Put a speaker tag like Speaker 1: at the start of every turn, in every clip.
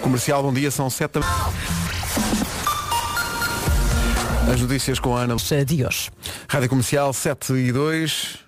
Speaker 1: Comercial, bom dia, são sete da... As notícias com a Ana.
Speaker 2: Adiós.
Speaker 1: Rádio Comercial 7 e 2.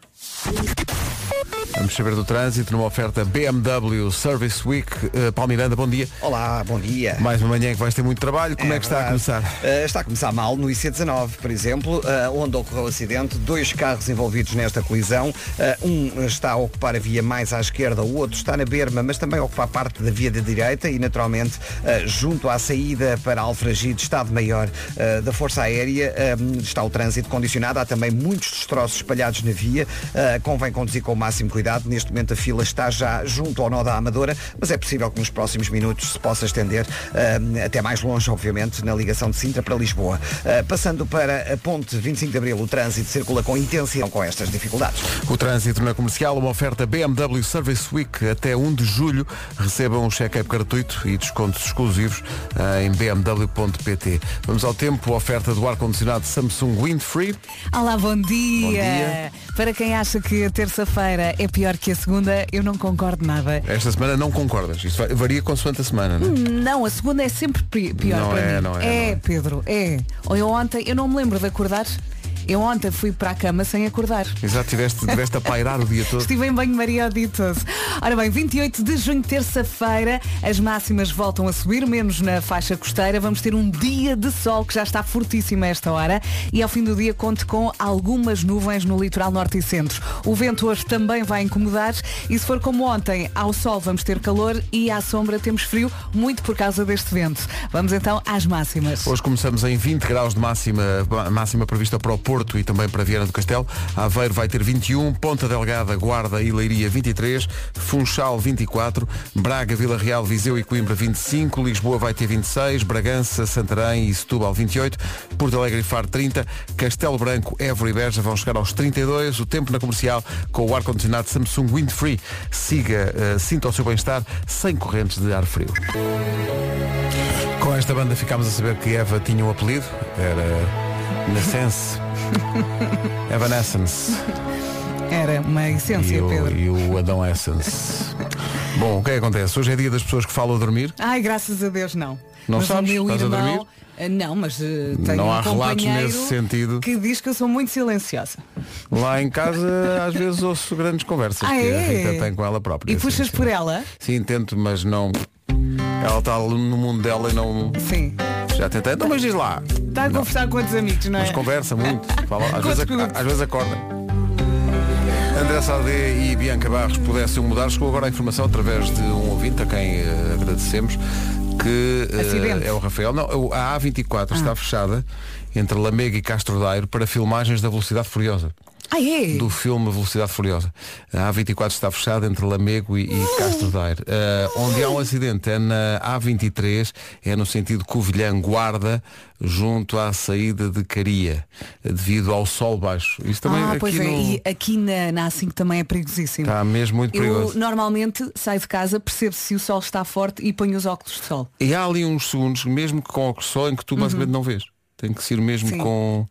Speaker 1: Vamos saber do trânsito numa oferta BMW Service Week. Uh, Paulo Miranda, bom dia.
Speaker 3: Olá, bom dia.
Speaker 1: Mais uma manhã que vais ter muito trabalho. Como é, que está a
Speaker 3: verdade.
Speaker 1: começar?
Speaker 3: Eh, está a começar mal no IC19, por exemplo, eh, onde ocorreu o acidente, dois carros envolvidos nesta colisão. Eh, um está a ocupar a via mais à esquerda, o outro está na berma, mas também a ocupar parte da via da direita e, naturalmente, eh, junto à saída para Alfragide, Estado-Maior eh, da Força Aérea, eh, está o trânsito condicionado. Há também muitos destroços espalhados na via. Eh, convém conduzir com o máximo cuidado. Neste momento a fila está já junto ao nó da Amadora, mas é possível que nos próximos minutos se possa estender eh, até mais longe, obviamente, na ligação de Sintra para Lisboa. Eh, passando para a ponte 25 de Abril, o trânsito circula com intensidade com estas dificuldades.
Speaker 1: O trânsito na comercial, uma oferta BMW Service Week até 1 de julho. Recebam um check-up gratuito e descontos exclusivos ah, em bmw.pt. Vamos ao tempo, oferta do ar-condicionado Samsung Windfree.
Speaker 2: Olá, bom dia.
Speaker 1: Bom dia.
Speaker 2: Para quem acha que a terça-feira é pior que a segunda, eu não concordo nada.
Speaker 1: Esta semana não concordas. Isto vai- varia consoante a semana,
Speaker 2: Hum.
Speaker 1: não é?
Speaker 2: Não, a segunda é sempre pi- pior
Speaker 1: Não
Speaker 2: para
Speaker 1: é,
Speaker 2: mim.
Speaker 1: não é, não é.
Speaker 2: Pedro, é. Ou eu ontem, eu não me lembro de acordar. Eu ontem fui para a cama sem acordar.
Speaker 1: Exato, tiveste, tiveste a pairar o dia todo.
Speaker 2: Estive em banho-maria auditoso. Ora bem, 28 de junho, terça-feira, as máximas voltam a subir, menos na faixa costeira. Vamos ter um dia de sol que já está fortíssimo a esta hora e ao fim do dia conte com algumas nuvens no litoral norte e centro. O vento hoje também vai incomodar e se for como ontem, ao sol vamos ter calor e à sombra temos frio, muito por causa deste vento. Vamos então às máximas.
Speaker 1: Hoje começamos em 20 graus de máxima, máxima prevista para o Porto e também para Viana do Castelo. Aveiro vai ter 21, Ponta Delgada, Guarda e Leiria 23, Funchal 24, Braga, Vila Real, Viseu e Coimbra 25, Lisboa vai ter 26, Bragança, Santarém e Setúbal 28, Porto Alegre e Faro 30, Castelo Branco, Évora e Beja vão chegar aos 32, o tempo na comercial com o ar-condicionado Samsung Windfree. Siga, eh, sinta o seu bem-estar sem correntes de ar frio. Com esta banda ficámos a saber que Eva tinha um apelido, era Nascense. Evanescence
Speaker 2: Era uma
Speaker 1: e
Speaker 2: essência,
Speaker 1: o,
Speaker 2: é Pedro.
Speaker 1: e o Adão Essence. Bom, o que é que acontece? Hoje é dia das pessoas que falam a dormir.
Speaker 2: Ai, graças a Deus, não.
Speaker 1: Não
Speaker 2: mas
Speaker 1: sabes?
Speaker 2: o meu
Speaker 1: Estás a
Speaker 2: irmão,
Speaker 1: dormir?
Speaker 2: eh, não, mas eh, tenho
Speaker 1: Não
Speaker 2: um
Speaker 1: há relatos
Speaker 2: companheiro
Speaker 1: nesse sentido.
Speaker 2: que diz que eu sou muito silenciosa.
Speaker 1: Lá em casa às vezes ouço grandes conversas que
Speaker 2: Ah,
Speaker 1: a
Speaker 2: é?
Speaker 1: Rita tem com ela própria.
Speaker 2: E
Speaker 1: Sim,
Speaker 2: puxas
Speaker 1: sim.
Speaker 2: por ela?
Speaker 1: Sim, tento, mas não. Ela está no mundo dela e não.
Speaker 2: Sim.
Speaker 1: Já tentei. Então mas diz lá.
Speaker 2: Está a
Speaker 1: Não.
Speaker 2: conversar com outros amigos, não é?
Speaker 1: Mas conversa muito. Fala, às, vezes,
Speaker 2: Conte-me.
Speaker 1: às vezes acorda. André Sade e Bianca Barros pudessem mudar. Chegou agora a informação através de um ouvinte a quem eh, agradecemos que eh,
Speaker 2: Acidente.
Speaker 1: é o Rafael. Não, o- a A24 está fechada entre Lamego e Castro Daire para filmagens da Velocidade Furiosa.
Speaker 2: Ah, é?
Speaker 1: Do filme Velocidade Furiosa. A A24 está fechada entre Lamego e, e Castro Daire. Eh, onde há um acidente é na A23, é no sentido Covilhã-Guarda, junto à saída de Caria, devido ao sol baixo. Isso também
Speaker 2: ah,
Speaker 1: aqui
Speaker 2: pois é.
Speaker 1: no-
Speaker 2: E aqui na, na A5 também é perigosíssimo.
Speaker 1: está mesmo muito
Speaker 2: eu
Speaker 1: perigoso.
Speaker 2: normalmente saio de casa, percebo se o sol está forte e ponho os óculos de sol.
Speaker 1: E há ali uns segundos, mesmo que com o sol, em que tu basicamente não vês. Tem que ser mesmo
Speaker 2: Uhum. Sim.
Speaker 1: com,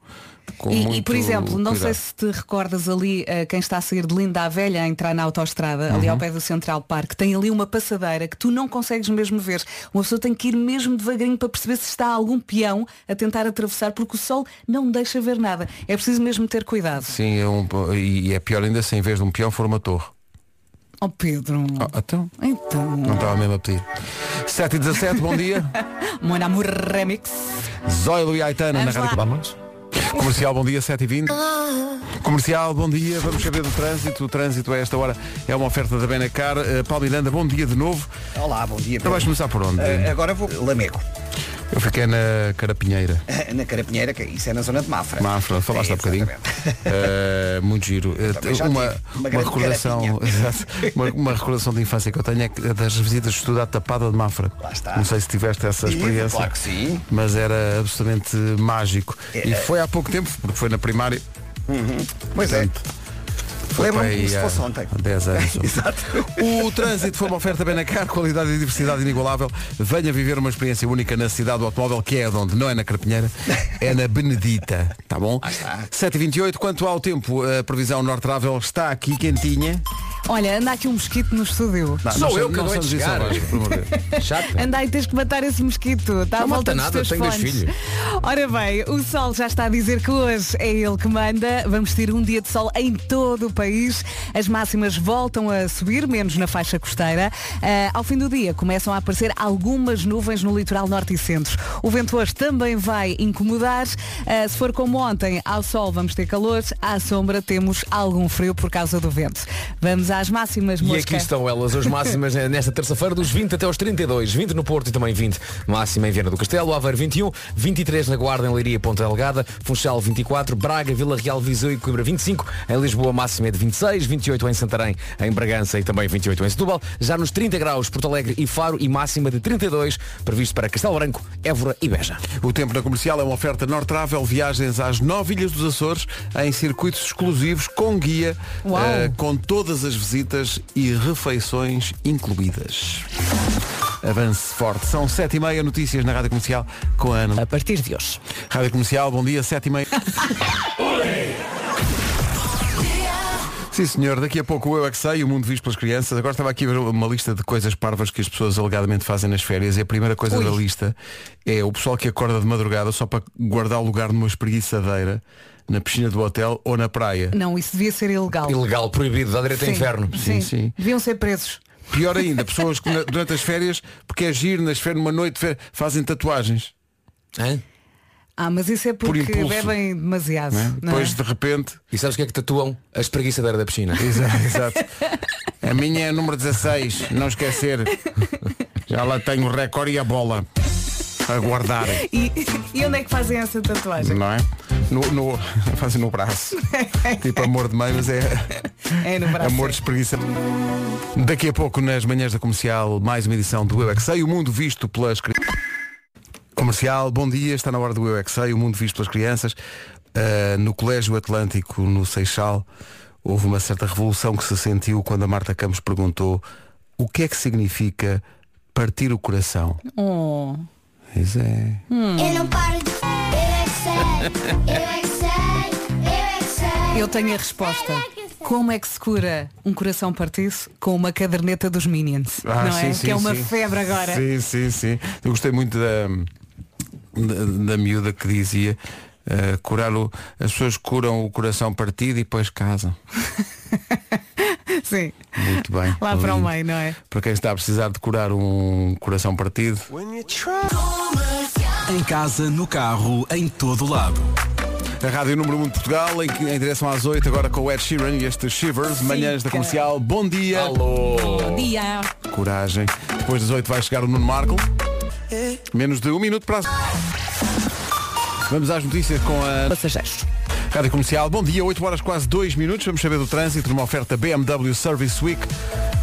Speaker 1: com
Speaker 2: E- E,
Speaker 1: muito
Speaker 2: por exemplo, não sei
Speaker 1: cuidado.
Speaker 2: se te recordas ali eh, quem está a sair de Linda a Velha a entrar na autoestrada, ali
Speaker 1: Uhum.
Speaker 2: ao pé do Central Park, tem ali uma passadeira que tu não consegues mesmo ver. Uma pessoa tem que ir mesmo devagarinho para perceber se está algum peão a tentar atravessar, porque o sol não deixa ver nada. É preciso mesmo ter cuidado.
Speaker 1: Sim, é um, e e é pior ainda se em vez de um peão for uma torre.
Speaker 2: Oh Pedro,
Speaker 1: Ah, então, não
Speaker 2: então,
Speaker 1: estava mesmo a pedir. 7 e 17, bom dia.
Speaker 2: Mon Amour Remix.
Speaker 1: Zoilo e Aitana na
Speaker 2: Vamos
Speaker 1: Rádio
Speaker 2: lá.
Speaker 1: Vamos. Comercial, bom dia, 7 e 20 Comercial, bom dia, vamos saber do trânsito. O trânsito a esta hora é uma oferta da Benacar. Uh, Paulo Miranda, bom dia de novo.
Speaker 3: Olá, bom dia.
Speaker 1: Então vais começar por onde?
Speaker 3: Eh, agora vou Lamego,
Speaker 1: Eu fiquei na Carapinheira,
Speaker 3: na Carapinheira, que isso é na zona de Mafra. É,
Speaker 1: Mafra, falaste há bocadinho.
Speaker 3: Exatamente.
Speaker 1: Uh, muito giro. Uh,
Speaker 3: Também já
Speaker 1: uma,
Speaker 3: tive uma
Speaker 1: uma
Speaker 3: grande
Speaker 1: recordação,
Speaker 3: carapinha.
Speaker 1: exato, uma, uma recordação de infância que eu tenho é que- é das visitas de estudo à tapada de Mafra.
Speaker 3: Lá está.
Speaker 1: Não sei se tiveste essa
Speaker 3: Tive,
Speaker 1: experiência.
Speaker 3: claro que sim.
Speaker 1: Mas era absolutamente mágico. E
Speaker 3: Era.
Speaker 1: foi há pouco tempo, porque foi na primária.
Speaker 3: Pois é. Lembro-me
Speaker 1: Foi
Speaker 3: como se
Speaker 1: há
Speaker 3: fosse ontem.
Speaker 1: 10 anos.
Speaker 3: Exato.
Speaker 1: O trânsito foi uma oferta bem na cara, qualidade e diversidade inigualável. Venha viver uma experiência única na cidade do automóvel, que é de onde? Não é na Carpinheira, é na Benedita. Tá bom?
Speaker 3: está.
Speaker 1: 7h28, quanto ao tempo, a previsão Nortravel está aqui quentinha. Tá,
Speaker 2: Olha, anda aqui um mosquito no estúdio.
Speaker 1: Não,
Speaker 4: Sou
Speaker 1: não
Speaker 4: eu que
Speaker 1: não
Speaker 4: acabei de
Speaker 1: sabes isso ao
Speaker 4: chegar.
Speaker 1: Vasco, por amor de Deus.
Speaker 4: Chato.
Speaker 2: Anda aí, tens que matar esse mosquito. Está à
Speaker 4: Não mata
Speaker 2: volta dos
Speaker 4: nada,
Speaker 2: teus
Speaker 4: tenho dois
Speaker 2: fones.
Speaker 4: filhos.
Speaker 2: Ora bem, o sol já está a dizer que hoje é ele que manda. Vamos ter um dia de sol em todo o país. As máximas voltam a subir, menos na faixa costeira. Ah, ao fim do dia começam a aparecer algumas nuvens no litoral norte e centro. O vento hoje também vai incomodar. Ah, se for como ontem, ao sol vamos ter calor, à sombra temos algum frio por causa do vento. Vamos às máximas,
Speaker 4: E
Speaker 2: mosca.
Speaker 4: aqui estão elas, as máximas né, nesta terça-feira, dos 20 até aos 32. 20 no Porto e também 20. Máxima em Viana do Castelo, Aveiro 21, 23 na Guarda, em Leiria, e Ponta Delgada, Funchal 24, Braga, Vila Real, Viseu e Coimbra 25. Em Lisboa, máxima é de 26, 28 em Santarém, em Bragança e também 28 em Setúbal. Já nos 30 graus, Porto Alegre e Faro e máxima de 32, previsto para Castelo Branco, Évora e Beja.
Speaker 1: O tempo na comercial é uma oferta North Travel, viagens às nove ilhas dos Açores, em circuitos exclusivos, com guia,
Speaker 2: Uau.
Speaker 1: eh, com todas as visitas e refeições incluídas. Avance forte. São sete e meia notícias na Rádio Comercial com a Ana.
Speaker 2: A partir de hoje.
Speaker 1: Rádio Comercial, bom dia, sete e meia. Sim senhor, daqui a pouco o Eu É Que Sei, o mundo visto pelas crianças. Agora estava aqui a ver uma lista de coisas parvas que as pessoas alegadamente fazem nas férias e a primeira coisa da lista é o pessoal que acorda de madrugada só para guardar o lugar numa espreguiçadeira, na piscina do hotel ou na praia.
Speaker 2: Não, isso devia ser ilegal.
Speaker 4: Ilegal, proibido, dá direito
Speaker 2: Sim,
Speaker 4: ao inferno.
Speaker 1: Sim, sim.
Speaker 2: Deviam ser presos.
Speaker 1: Pior ainda, pessoas que na- durante as férias, porque é giro nas férias, numa noite de férias, fazem tatuagens.
Speaker 4: Hã?
Speaker 2: Ah, mas isso é porque
Speaker 1: impulso.
Speaker 2: bebem demasiado.
Speaker 1: né?
Speaker 2: não é?
Speaker 1: Depois de repente
Speaker 4: E sabes o que é que tatuam? A espreguiçadeira da piscina.
Speaker 1: Exato, exato. A minha é a número 16, não esquecer. Já lá tenho o recorde e a bola a guardar,
Speaker 2: E, e onde é que fazem essa tatuagem?
Speaker 1: não é? No, no, fazem no braço. Tipo amor de mãe, mas é
Speaker 2: É no braço.
Speaker 1: amor de espreguiça. Daqui a pouco, nas manhãs da comercial, mais uma edição do Eu É Que Sei, o mundo visto pelas crianças. Comercial, bom dia, está na hora do Eu É Que Sei, o mundo visto pelas crianças. Ah, no Colégio Atlântico, no Seixal, houve uma certa revolução que se sentiu quando a Marta Campos perguntou o que é que significa partir o coração.
Speaker 2: Oh.
Speaker 1: Pois é.
Speaker 5: Eu não paro de. Eu é que sei, eu é que sei, eu é que sei.
Speaker 2: Eu tenho a resposta. Como é que se cura um coração partido com uma caderneta dos Minions?
Speaker 1: Ah,
Speaker 2: não
Speaker 1: sim,
Speaker 2: é?
Speaker 1: sim,
Speaker 2: que é uma
Speaker 1: sim.
Speaker 2: febre agora.
Speaker 1: Sim, sim, sim. Eu gostei muito da, da, da miúda que dizia eh, curar o, as pessoas curam o coração partido e depois casam.
Speaker 2: Sim.
Speaker 1: Muito bem.
Speaker 2: Lá para o
Speaker 1: Lindo.
Speaker 2: meio, não é?
Speaker 1: Para quem está a precisar de curar um coração partido.
Speaker 6: Em casa, no carro, em todo lado.
Speaker 1: A Rádio Número 1 de Portugal, em, em direção às 8, agora com o Ed Sheeran e este Shivers, manhãs da
Speaker 2: cara.
Speaker 1: comercial. Bom dia.
Speaker 2: Bom dia.
Speaker 1: Coragem. Depois das 8 vai chegar o Nuno Marco.
Speaker 2: É.
Speaker 1: Menos de um minuto para. as- Vamos às notícias com a
Speaker 2: Passageiros.
Speaker 1: Rádio Comercial, bom dia, 8 horas quase 2 minutos, vamos saber do trânsito numa oferta BMW Service Week.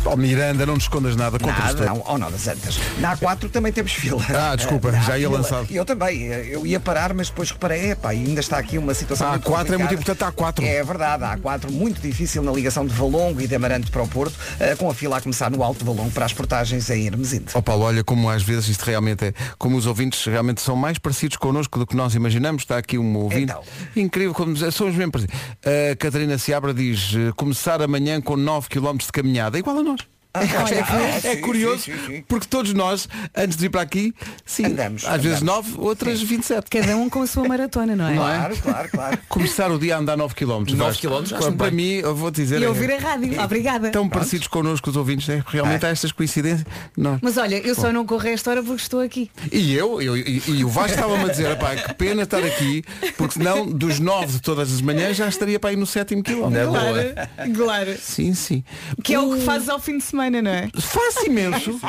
Speaker 1: Oh, Miranda, não nos escondas nada contra
Speaker 3: Nada,
Speaker 1: este.
Speaker 3: não, oh, não, das antas. Na A4 também temos fila.
Speaker 1: Ah, desculpa,
Speaker 3: Na
Speaker 1: já ia
Speaker 3: fila.
Speaker 1: lançado.
Speaker 3: Eu também, eh, eu ia parar, mas depois reparei, epá, ainda está aqui uma situação.
Speaker 1: A
Speaker 3: muito
Speaker 1: A4 é muito
Speaker 3: complicada.
Speaker 1: importante, a A4.
Speaker 3: É verdade, a A4 muito difícil na ligação de Valongo e de Amarante para o Porto, eh, com a fila a começar no Alto de Valongo para as portagens em Hermesinde.
Speaker 1: Oh Paulo, olha como às vezes isto realmente é, como os ouvintes realmente são mais parecidos connosco do que nós imaginamos, está aqui um ouvinte.
Speaker 3: Então.
Speaker 1: Incrível como são os mesmos parecidos. A Catarina Seabra diz, eh, começar amanhã com 9 km de caminhada, É igual a nós.
Speaker 3: Ah,
Speaker 1: é
Speaker 3: sim,
Speaker 1: curioso
Speaker 3: sim, sim, sim.
Speaker 1: porque todos nós, antes de ir para aqui, sim,
Speaker 3: Andamos,
Speaker 1: às vezes
Speaker 3: andamos.
Speaker 1: 9, outras 27.
Speaker 2: Cada um com a sua maratona, não é?
Speaker 1: Não é?
Speaker 3: Claro, claro, claro.
Speaker 1: Começar o dia a andar 9 km.
Speaker 4: 9 quilómetros, acho-me
Speaker 1: Para mim,
Speaker 4: bem.
Speaker 1: eu vou dizer.
Speaker 2: E
Speaker 1: é
Speaker 2: ouvir é- a rádio. Obrigada.
Speaker 1: Tão parecidos connosco os ouvintes, é? realmente há estas coincidências. Não.
Speaker 2: Mas olha, eu só não corro a esta hora porque estou aqui.
Speaker 1: E eu, eu- e, e o Vasco estava-me a dizer, "Epá, que pena estar aqui, porque senão dos 9 de todas as manhãs já estaria para ir no sétimo quilómetro.
Speaker 2: Claro, claro.
Speaker 1: Sim, sim.
Speaker 2: Que é o que fazes ao fim de semana, não é?
Speaker 1: Faço imenso.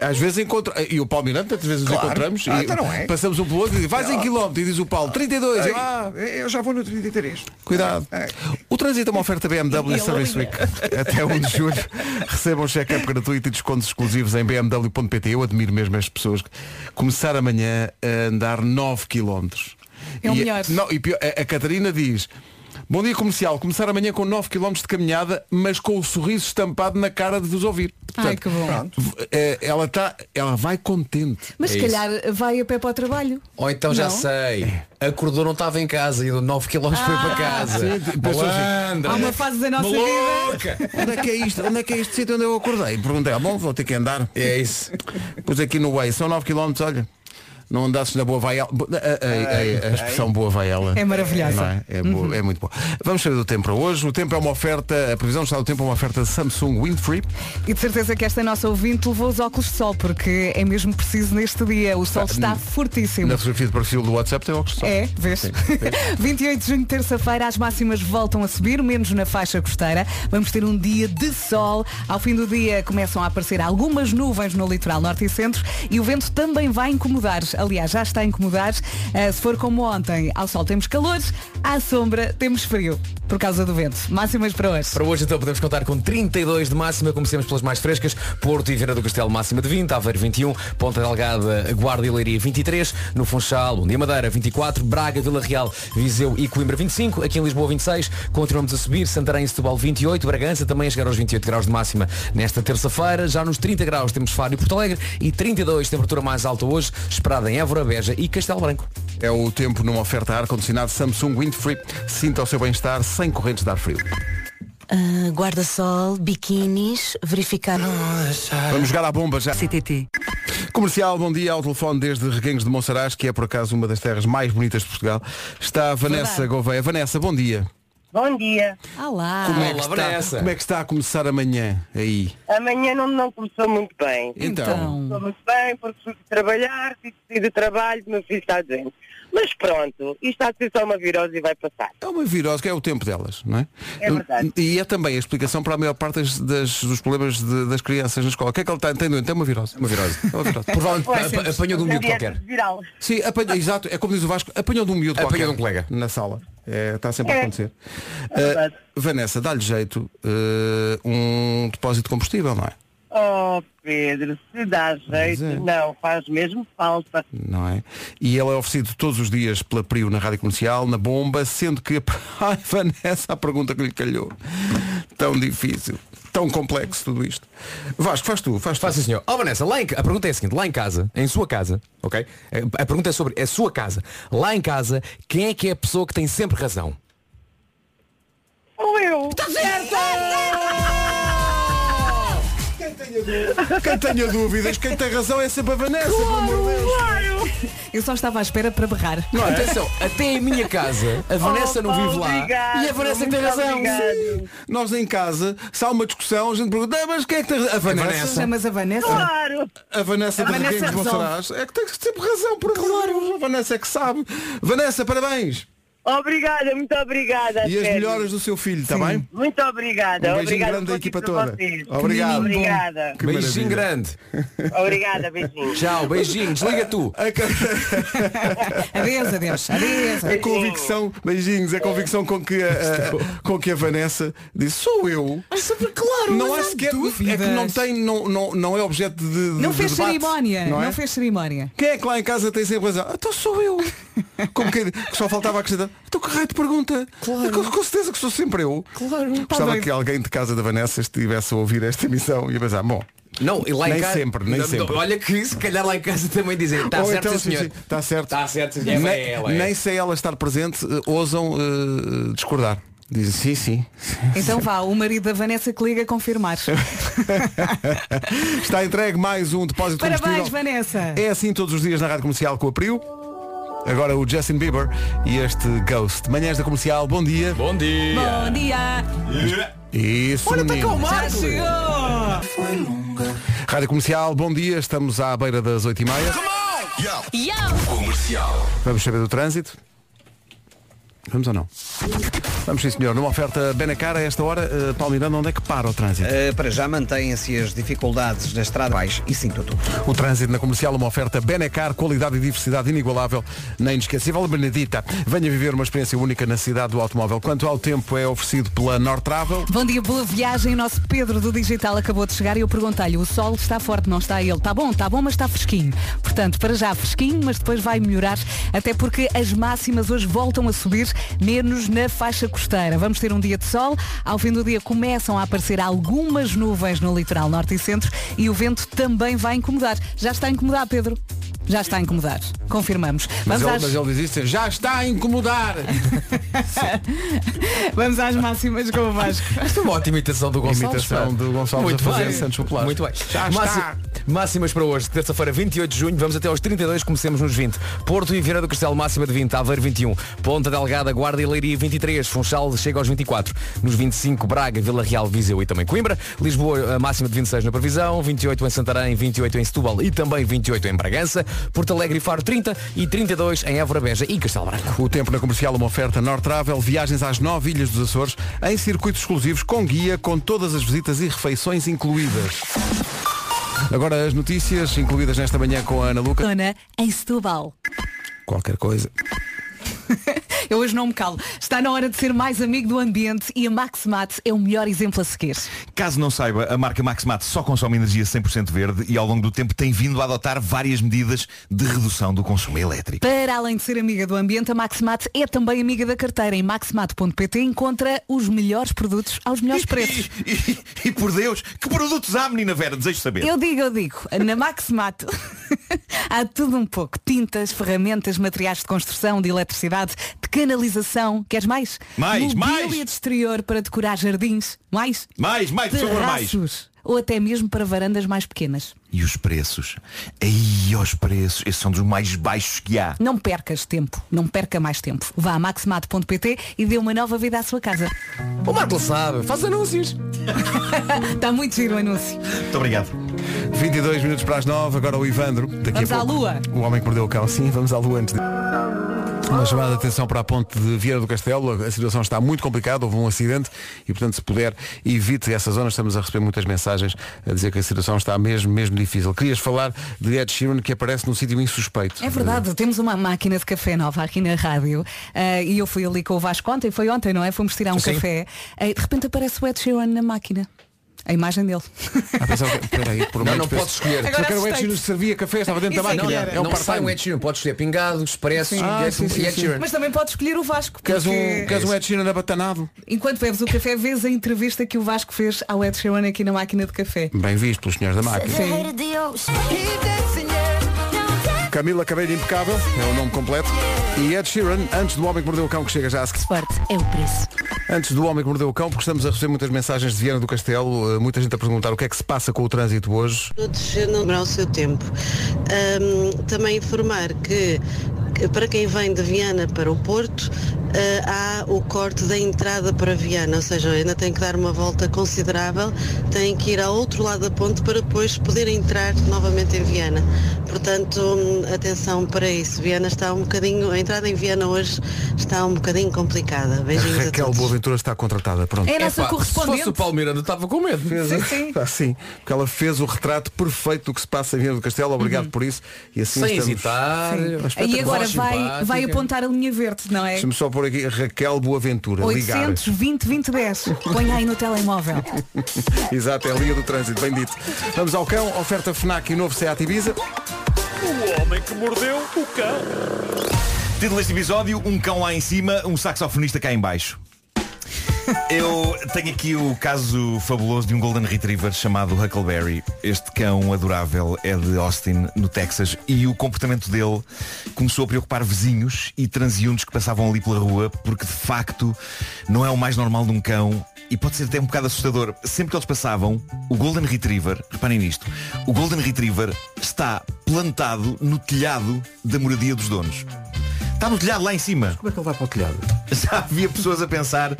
Speaker 1: Às vezes encontro, e o Paulo Miranda, às vezes nos
Speaker 3: Claro.
Speaker 1: encontramos
Speaker 3: Ah,
Speaker 1: e
Speaker 3: então não é.
Speaker 1: passamos um pelo outro e diz, vais em quilómetro e diz o Paulo, 32, Eu, ah,
Speaker 3: eh, Eu já vou no 33.
Speaker 1: Cuidado. O trânsito é uma oferta BMW Service Week. Até 1 de julho recebam um check-up gratuito e descontos exclusivos em bmw.pt. Eu admiro mesmo as pessoas que começar amanhã a andar 9 km.
Speaker 2: É o
Speaker 1: e,
Speaker 2: É
Speaker 1: é
Speaker 2: melhor.
Speaker 1: Não, e pior, a, a Catarina diz, Bom dia comercial. Começar amanhã com 9 km de caminhada, mas com o sorriso estampado na cara de vos ouvir.
Speaker 2: Ai, que bom.
Speaker 1: v- eh, Ela, tá, ela vai contente.
Speaker 2: Mas
Speaker 4: É
Speaker 2: se
Speaker 4: isso.
Speaker 2: calhar vai a pé para o trabalho.
Speaker 4: Ou então já
Speaker 2: Não?
Speaker 4: sei, acordou não estava em casa e 9 km foi para casa.
Speaker 1: sim, pensou assim,
Speaker 4: Malandra.
Speaker 2: Há uma fase da nossa vida.
Speaker 4: Maluca.
Speaker 1: Onde é que é isto? Onde é que é este sítio onde eu acordei? Perguntei, ah, bom, vou ter que andar.
Speaker 4: É isso.
Speaker 1: Pus aqui no Way, são 9 km, olha. Não andasses na boa vai ela. Bo- A, a- a- a expressão boa vai ela.
Speaker 2: É maravilhosa.
Speaker 1: Não é? É boa- é muito boa. Vamos saber do tempo para hoje. O tempo é uma oferta, a previsão está do tempo é uma oferta Samsung Windfree.
Speaker 2: E de certeza que esta nossa ouvinte levou os óculos de sol, porque é mesmo preciso neste dia. O sol está fortíssimo.
Speaker 1: Na fotografia de perfil do WhatsApp tem óculos de sol.
Speaker 2: É, vês? 28 de junho, terça-feira, as máximas voltam a subir, menos na faixa costeira. Vamos ter um dia de sol. Ao fim do dia começam a aparecer algumas nuvens no litoral norte e centro e o vento também vai incomodar. Aliás, já está a incomodar. Eh, se for como ontem, ao sol temos calor, à sombra temos frio, por causa do vento. Máximas para hoje.
Speaker 4: Para hoje então podemos contar com 32 de máxima, comecemos pelas mais frescas, Porto e Viana do Castelo máxima de 20, Aveiro 21, Ponta Delgada, Guarda e Leiria 23, no Funchal, Bom Dia Madeira 24, Braga, Vila Real, Viseu e Coimbra 25, aqui em Lisboa 26, continuamos a subir, Santarém e Setúbal 28, Bragança também a chegar aos 28 graus de máxima nesta terça-feira, já nos 30 graus temos Faro e Porto Alegre e 32, temperatura mais alta hoje, esperada em Évora, Beja e Castelo Branco.
Speaker 1: É o tempo numa oferta ar-condicionado Samsung Windfree. Sinta o seu bem-estar sem correntes de ar frio.
Speaker 7: Ah, Guarda-sol, biquinis, verificar.
Speaker 1: Vamos jogar à bomba já.
Speaker 8: CTT.
Speaker 1: Comercial, bom dia, ao telefone desde Reguengos de Monsaraz, que é por acaso uma das terras mais bonitas de Portugal. Está a Vanessa Gouveia. Vanessa, bom dia.
Speaker 9: Bom dia.
Speaker 7: Olá.
Speaker 1: Como é, que
Speaker 4: Olá,
Speaker 1: está,
Speaker 4: Vanessa.
Speaker 1: como é que está a começar amanhã aí?
Speaker 9: Amanhã não, não começou muito bem.
Speaker 1: Então,
Speaker 9: Começou muito bem porque fui trabalhar, tive de sair do trabalho, meu filho está doente. Mas pronto, isto há de ser só uma virose e vai passar.
Speaker 1: é uma virose, que é o tempo delas, não é?
Speaker 9: É verdade.
Speaker 1: E é também a explicação para a maior parte das, das- dos problemas de- das crianças na escola. O que é que ele tem? Tem doente? É uma virose. Uma virose. É uma virose. Provavelmente
Speaker 9: Pois,
Speaker 4: apa- apanhou de um
Speaker 9: é
Speaker 4: miúdo
Speaker 9: dieta
Speaker 4: qualquer.
Speaker 9: Viral.
Speaker 1: Sim, apanha, exato, é como diz o Vasco, apanhou de um miúdo
Speaker 4: Apanhou
Speaker 1: qualquer
Speaker 4: de um colega.
Speaker 1: na sala. É, Está sempre a
Speaker 9: É.
Speaker 1: acontecer.
Speaker 9: verdade.
Speaker 1: Uh, Vanessa, dá-lhe jeito uh, um depósito de combustível, não é?
Speaker 9: Oh, Pedro, se dá jeito,
Speaker 1: é.
Speaker 9: não, faz mesmo falta.
Speaker 1: Não é? E ele é oferecido todos os dias pela Prio na Rádio Comercial, na bomba, sendo que ai Vanessa, a pergunta que lhe calhou. Tão difícil, tão complexo tudo isto. Vasco, faz tu, faz tu.
Speaker 4: Faça senhor. Ó Vanessa, lá em, ca- a pergunta é a seguinte, lá em casa, em sua casa, ok? A, a pergunta é sobre a sua casa. Lá em casa, quem é que é a pessoa que tem sempre razão?
Speaker 9: Ou eu.
Speaker 1: Quem tenha dúvidas, quem tem razão é sempre a Vanessa. pelo amor de Deus.
Speaker 2: Eu só estava à espera para berrar.
Speaker 1: Ah,
Speaker 4: Não,
Speaker 9: é?
Speaker 4: atenção, até em minha casa, a Vanessa não
Speaker 9: Opa,
Speaker 4: vive lá
Speaker 9: Oh, obrigado,
Speaker 4: e a Vanessa que tem
Speaker 9: muito
Speaker 4: razão.
Speaker 9: obrigado.
Speaker 1: Nós em casa, se há uma discussão, a gente pergunta, "Ah, mas quem é que tem razão? A Vanessa.
Speaker 2: Chamas a Vanessa?
Speaker 9: Claro.
Speaker 1: A Vanessa
Speaker 2: A
Speaker 1: de
Speaker 2: Vanessa
Speaker 1: Reguengos de
Speaker 2: resolve.
Speaker 1: Monsaraz é que tem sempre razão, por claro. A Vanessa é que sabe. Vanessa, parabéns.
Speaker 9: Obrigada, muito obrigada.
Speaker 1: E as
Speaker 9: sério.
Speaker 1: melhoras do seu filho, está bem?
Speaker 9: Muito obrigada.
Speaker 1: Um beijinho
Speaker 9: obrigada
Speaker 1: grande à
Speaker 9: por
Speaker 1: equipa
Speaker 9: tudo
Speaker 1: toda.
Speaker 9: vocês.
Speaker 1: Obrigado.
Speaker 9: Obrigada.
Speaker 1: Que maravilha.
Speaker 4: Beijinho grande.
Speaker 9: Obrigada, beijinho.
Speaker 4: Tchau, beijinho, desliga tu.
Speaker 1: A, co-
Speaker 2: Adeus, adeus. Adeus.
Speaker 1: a convicção, beijinhos, a convicção com que a, a- com que a Vanessa disse, sou eu.
Speaker 2: claro,
Speaker 1: não há sequer. É que não tem, não, não, não é objeto de. de
Speaker 2: Não
Speaker 1: de
Speaker 2: fez
Speaker 1: debate,
Speaker 2: cerimónia.
Speaker 1: Não,
Speaker 2: Não,
Speaker 1: é?
Speaker 2: fez cerimónia.
Speaker 1: Quem é que lá em casa tem sempre razão? Então sou eu. Como que, que só faltava acrescentar. Então que raio de pergunta? Claro. Com, com certeza que sou sempre eu. Claro. Tá Gostava
Speaker 2: doido.
Speaker 1: que alguém de casa da Vanessa estivesse a ouvir esta emissão e a pensar, bom.
Speaker 4: Não, e lá em
Speaker 1: Nem
Speaker 4: casa.
Speaker 1: sempre, nem
Speaker 4: Não, não,
Speaker 1: sempre.
Speaker 4: Olha que se calhar lá em casa também dizem, está
Speaker 1: ou
Speaker 4: Tá certo
Speaker 1: então,
Speaker 4: sim, senhor.
Speaker 1: Está certo.
Speaker 4: Está certo, sim, senhor.
Speaker 1: Nem,
Speaker 4: É ela, é.
Speaker 1: nem sem ela estar presente, eh, ousam eh, discordar. Dizem, sim, sim.
Speaker 2: Então vá, o marido da Vanessa que liga a confirmar.
Speaker 1: Está entregue mais um depósito de
Speaker 2: Parabéns,
Speaker 1: combustível.
Speaker 2: Vanessa.
Speaker 1: É assim todos os dias na Rádio Comercial com a Priu. Agora o Justin Bieber e este Ghost. Manhãs da Comercial, bom dia.
Speaker 4: Bom dia.
Speaker 2: Bom dia.
Speaker 1: Isso,
Speaker 4: tá
Speaker 1: Olha, tá
Speaker 2: Já chegou.
Speaker 1: Rádio Comercial, bom dia. Estamos à beira das 8h30. Vamos saber do trânsito? Vamos ou não? Vamos sim, senhor. Numa oferta bem na cara, a esta hora, eh, Paulo Miranda, onde é que para o trânsito?
Speaker 3: Uh, para já mantêm-se as dificuldades na estrada baixo e 5 de outubro.
Speaker 1: O trânsito na comercial, uma oferta Benecar, qualidade e diversidade inigualável, nem inesquecível. Benedita, venha viver uma experiência única na cidade do automóvel. Quanto ao tempo, é oferecido pela Nortravel.
Speaker 2: Bom dia, boa viagem. O nosso "Tá Pedro do Digital acabou de chegar e eu perguntei-lhe, o sol está forte, não está? E ele, está bom, está bom, mas está fresquinho. Portanto, Portanto, para já fresquinho, mas depois vai melhorar, até porque as máximas hoje voltam a subir, menos na faixa costeira. Vamos ter um dia de sol, ao fim do dia começam a aparecer algumas nuvens no litoral norte e centro e o vento também vai incomodar. Já está a incomodar, Pedro? Já está a incomodar. Confirmamos.
Speaker 1: Mas
Speaker 2: Vamos
Speaker 1: ele,
Speaker 2: às-
Speaker 1: mas ele diz isso, já está a incomodar.
Speaker 2: Vamos às máximas com o Vasco.
Speaker 4: Esta é uma ótima imitação do Gonçalves.
Speaker 1: Imitação
Speaker 4: pá.
Speaker 1: do Gonçalves
Speaker 4: Muito
Speaker 1: a fazer
Speaker 4: bem.
Speaker 1: Santos Populares.
Speaker 4: Muito bem.
Speaker 1: Já está.
Speaker 4: Máximas para hoje, terça-feira, 28 de junho, vamos até aos 32, comecemos nos 20. Porto e Viana do Castelo, máxima de 20, Aveiro 21, Ponta Delgada, Guarda e Leiria 23, Funchal chega aos 24, nos 25, Braga, Vila Real, Viseu e também Coimbra, Lisboa, a máxima de 26 na previsão, 28 em Santarém, 28 em Setúbal e também 28 em Bragança, Porto Alegre e Faro 30 e 32 em Évora Beja e Castelo Branco.
Speaker 1: O tempo na comercial, uma oferta North Travel, viagens às nove ilhas dos Açores, em circuitos exclusivos, com guia, com todas as visitas e refeições incluídas. Agora as notícias, incluídas nesta manhã com a Ana Luca.
Speaker 2: Dona em Setúbal.
Speaker 1: Qualquer coisa.
Speaker 2: Eu hoje não me calo. Está na hora de ser mais amigo do ambiente e a Maximat é o melhor exemplo a seguir.
Speaker 8: Caso não saiba, a marca Maxmat só consome energia 100% verde e ao longo do tempo tem vindo a adotar várias medidas de redução do consumo elétrico.
Speaker 2: Para além de ser amiga do ambiente, a Maximat é também amiga da carteira. Em maximat.pt encontra os melhores produtos aos melhores preços.
Speaker 8: E, e- e por Deus, que produtos há, menina Vera? Desejo saber.
Speaker 2: Eu digo, eu digo, na Maximat há tudo um pouco. Tintas, ferramentas, materiais de construção, de eletricidade, de canalização. Queres mais?
Speaker 8: Mais,
Speaker 2: Mobília
Speaker 8: mais!
Speaker 2: de exterior para decorar jardins. Mais?
Speaker 8: Mais, mais, por favor, mais.
Speaker 2: Terraços. Ou até mesmo para varandas mais pequenas.
Speaker 8: E os preços? Aí, os preços. Esses são dos mais baixos que há.
Speaker 2: Não percas tempo, não perca mais tempo. Vá a maximato.pt e dê uma nova vida à sua casa.
Speaker 4: O Marco sabe, faz anúncios.
Speaker 2: Está muito giro o anúncio.
Speaker 8: Muito obrigado.
Speaker 1: 22 minutos para as 9, agora o Ivandro. Daqui
Speaker 2: Vamos
Speaker 1: a
Speaker 2: à
Speaker 1: pouco.
Speaker 2: Lua.
Speaker 1: O homem que mordeu o cão. Sim, vamos à lua antes de... Uma chamada de atenção para a ponte de Vieira do Castelo. A situação está muito complicada, houve um acidente e, portanto, se puder, evite essa zona. Estamos a receber muitas mensagens a dizer que a situação está mesmo, mesmo difícil. Querias falar de Ed Sheeran que aparece num sítio insuspeito.
Speaker 2: É verdade, temos uma máquina de café nova aqui na rádio eh, e eu fui ali com o Vasco ontem, foi ontem, não é? Fomos tirar um
Speaker 4: Sim.
Speaker 2: café Eh, de repente aparece o Ed Sheeran na máquina. A imagem dele.
Speaker 1: Ah, pensava que- peraí, por
Speaker 4: Não,
Speaker 1: momentos
Speaker 4: não
Speaker 1: penso-
Speaker 4: podes escolher.
Speaker 1: Eu quero o Ed
Speaker 2: assustei-te.
Speaker 1: Sheeran que servia café, estava dentro da
Speaker 2: Isso é que
Speaker 1: máquina.
Speaker 2: era.
Speaker 1: É um
Speaker 4: não sai um
Speaker 1: part-time.
Speaker 4: Ed Sheeran, pode escolher pingado, expresso
Speaker 1: Ah,
Speaker 4: e Ed-
Speaker 1: sim, sim,
Speaker 4: e é Ed
Speaker 1: sim.
Speaker 4: Sheeran.
Speaker 2: Mas também pode escolher o Vasco.
Speaker 1: Queres um,
Speaker 2: porque
Speaker 1: queres um Ed Sheeran abatanado?
Speaker 2: Enquanto bebes o café, vês a entrevista que o Vasco fez ao Ed Sheeran aqui na máquina de café.
Speaker 1: Bem visto pelos senhores da
Speaker 2: é
Speaker 1: máquina.
Speaker 5: Carreira de hoje.
Speaker 1: Camila Cabello Impecável, é o nome completo. E Ed Sheeran, antes do Homem que Mordeu o Cão, que chega já a seguir.
Speaker 7: Forte é o preço.
Speaker 1: Antes do Homem que Mordeu o Cão, porque estamos a receber muitas mensagens de Viana do Castelo, eh, muita gente a perguntar o que é que se passa com o trânsito hoje.
Speaker 10: Todos não demorar o seu tempo. Ahm, também informar que que para quem vem de Viana para o Porto, ah, há o corte da entrada para Viana, ou seja, ainda tem que dar uma volta considerável, tem que ir ao outro lado da ponte para depois poder entrar novamente em Viana. Portanto, hum, atenção para isso. Viana está um bocadinho, a entrada em Viana hoje está um bocadinho complicada.
Speaker 1: A
Speaker 10: Beijinhos a
Speaker 1: Raquel
Speaker 10: todos.
Speaker 1: Boaventura está contratada, pronto.
Speaker 2: É a nossa
Speaker 4: Epá, Se fosse o
Speaker 2: correspondente.
Speaker 4: Paulo Miranda, estava com medo.
Speaker 2: Sim, sim.
Speaker 1: Ah, sim, porque ela fez o retrato perfeito do que se passa em Viana do Castelo, obrigado
Speaker 2: Uhum.
Speaker 1: por isso. E assim
Speaker 4: Sem
Speaker 1: estamos...
Speaker 4: hesitar.
Speaker 2: Aí agora
Speaker 4: Voz
Speaker 2: vai,
Speaker 4: simpática.
Speaker 2: vai apontar a linha verde, não é?
Speaker 1: Deixa-me só pôr aqui Raquel Boaventura, ligar.
Speaker 2: 820 2010. Põe aí no telemóvel.
Speaker 1: Exato, é a linha do trânsito, bem dito. Vamos ao cão, oferta FNAC e novo Seat Ibiza.
Speaker 8: Título deste episódio, um cão lá em cima, um saxofonista cá em baixo. Eu tenho aqui o caso fabuloso de um Golden Retriever chamado Huckleberry. Este cão adorável é de Austin, no Texas, e o comportamento dele começou a preocupar vizinhos e transeuntes que passavam ali pela rua, porque de facto não é o mais normal de um cão e pode ser até um bocado assustador. Sempre que eles passavam, o Golden Retriever, reparem nisto, o Golden Retriever está plantado no telhado da moradia dos donos. Está no telhado lá em cima
Speaker 1: Como é que ele vai para o telhado?
Speaker 8: já havia pessoas a pensar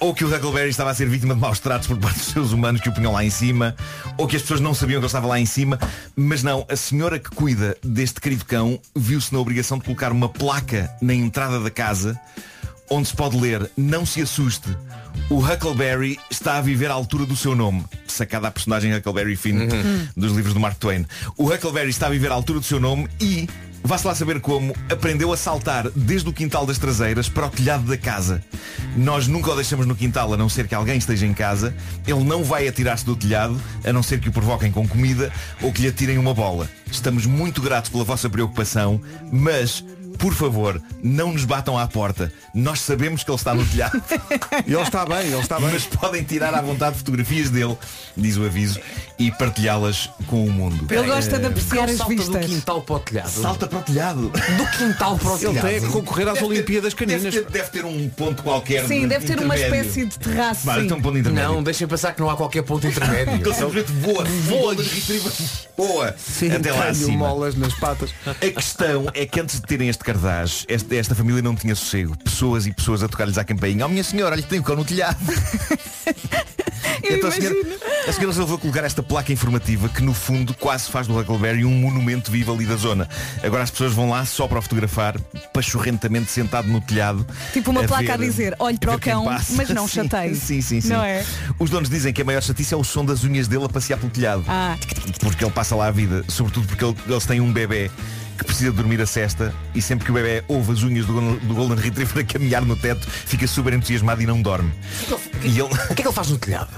Speaker 8: ou que o Huckleberry estava a ser vítima de maus tratos por parte dos seres humanos que o punham lá em cima, ou que as pessoas não sabiam que ele estava lá em cima, mas não, a senhora que cuida deste querido cão viu-se na obrigação de colocar uma placa na entrada da casa onde se pode ler, não se assuste, o Huckleberry está a viver à altura do seu nome, sacada a
Speaker 4: Uhum.
Speaker 8: personagem Huckleberry Finn dos livros do Mark Twain. O Huckleberry está a viver à altura do seu nome e Vá-se lá saber como aprendeu a saltar desde o quintal das traseiras para o telhado da casa. Nós nunca o deixamos no quintal, a não ser que alguém esteja em casa. Ele não vai atirar-se do telhado, a não ser que o provoquem com comida ou que lhe atirem uma bola. Estamos muito gratos pela vossa preocupação, mas, por favor, não nos batam à porta. Nós sabemos que ele está no telhado.
Speaker 1: E ele está bem, ele está Tá bem.
Speaker 8: Mas podem tirar à vontade fotografias dele, diz o aviso, e partilhá-las com o mundo.
Speaker 2: Ele gosta de apreciar
Speaker 4: Ele
Speaker 2: as
Speaker 4: salta do
Speaker 2: vistas.
Speaker 4: quintal para o telhado.
Speaker 8: Salta para o telhado.
Speaker 4: do quintal para o
Speaker 1: Ele
Speaker 4: telhado.
Speaker 1: tem que concorrer às
Speaker 8: Deve ter-
Speaker 1: Olimpíadas Caninas.
Speaker 8: Deve ter, deve ter um ponto qualquer.
Speaker 2: Sim,
Speaker 8: de-
Speaker 2: deve ter uma
Speaker 8: intermédio.
Speaker 2: espécie de terraço.
Speaker 8: Vá,
Speaker 2: sim.
Speaker 8: então um ponto intermédio. é um
Speaker 4: Não, deixem pensar que não há qualquer ponto intermédio.
Speaker 8: Ele simplesmente voa, voa, retriever, voa, até lá
Speaker 1: tenho
Speaker 8: acima.
Speaker 1: molas nas patas.
Speaker 8: A questão é que antes de terem este cartaz, esta, esta família não tinha sossego. Pessoas e pessoas a tocar-lhes à campainha. Oh minha senhora, olha que tem o cão no telhado.
Speaker 2: Eu
Speaker 8: Então a senhora,
Speaker 2: imagino.
Speaker 8: a senhora resolveu colocar esta placa informativa que no fundo quase faz do Huckleberry um monumento vivo ali da zona. Agora as pessoas vão lá só para o fotografar, pachorrentamente sentado no telhado.
Speaker 2: Tipo uma placa
Speaker 8: ver-
Speaker 2: a dizer, "Olhe para
Speaker 8: ver
Speaker 2: o
Speaker 8: quem
Speaker 2: cão,
Speaker 8: passa."
Speaker 2: mas não
Speaker 8: Sim,
Speaker 2: chateie.
Speaker 8: Sim, sim, sim.
Speaker 2: Não é?
Speaker 8: Os donos dizem que a maior chatice é o som das unhas dele a passear pelo telhado.
Speaker 2: Ah.
Speaker 8: Porque ele passa lá a vida, sobretudo porque ele- eles têm um bebê que precisa dormir a cesta e sempre que o bebê ouve as unhas do, Golden- do Golden Retriever a caminhar no teto, fica super entusiasmado e não dorme. E ele
Speaker 4: O que é que ele faz no telhado?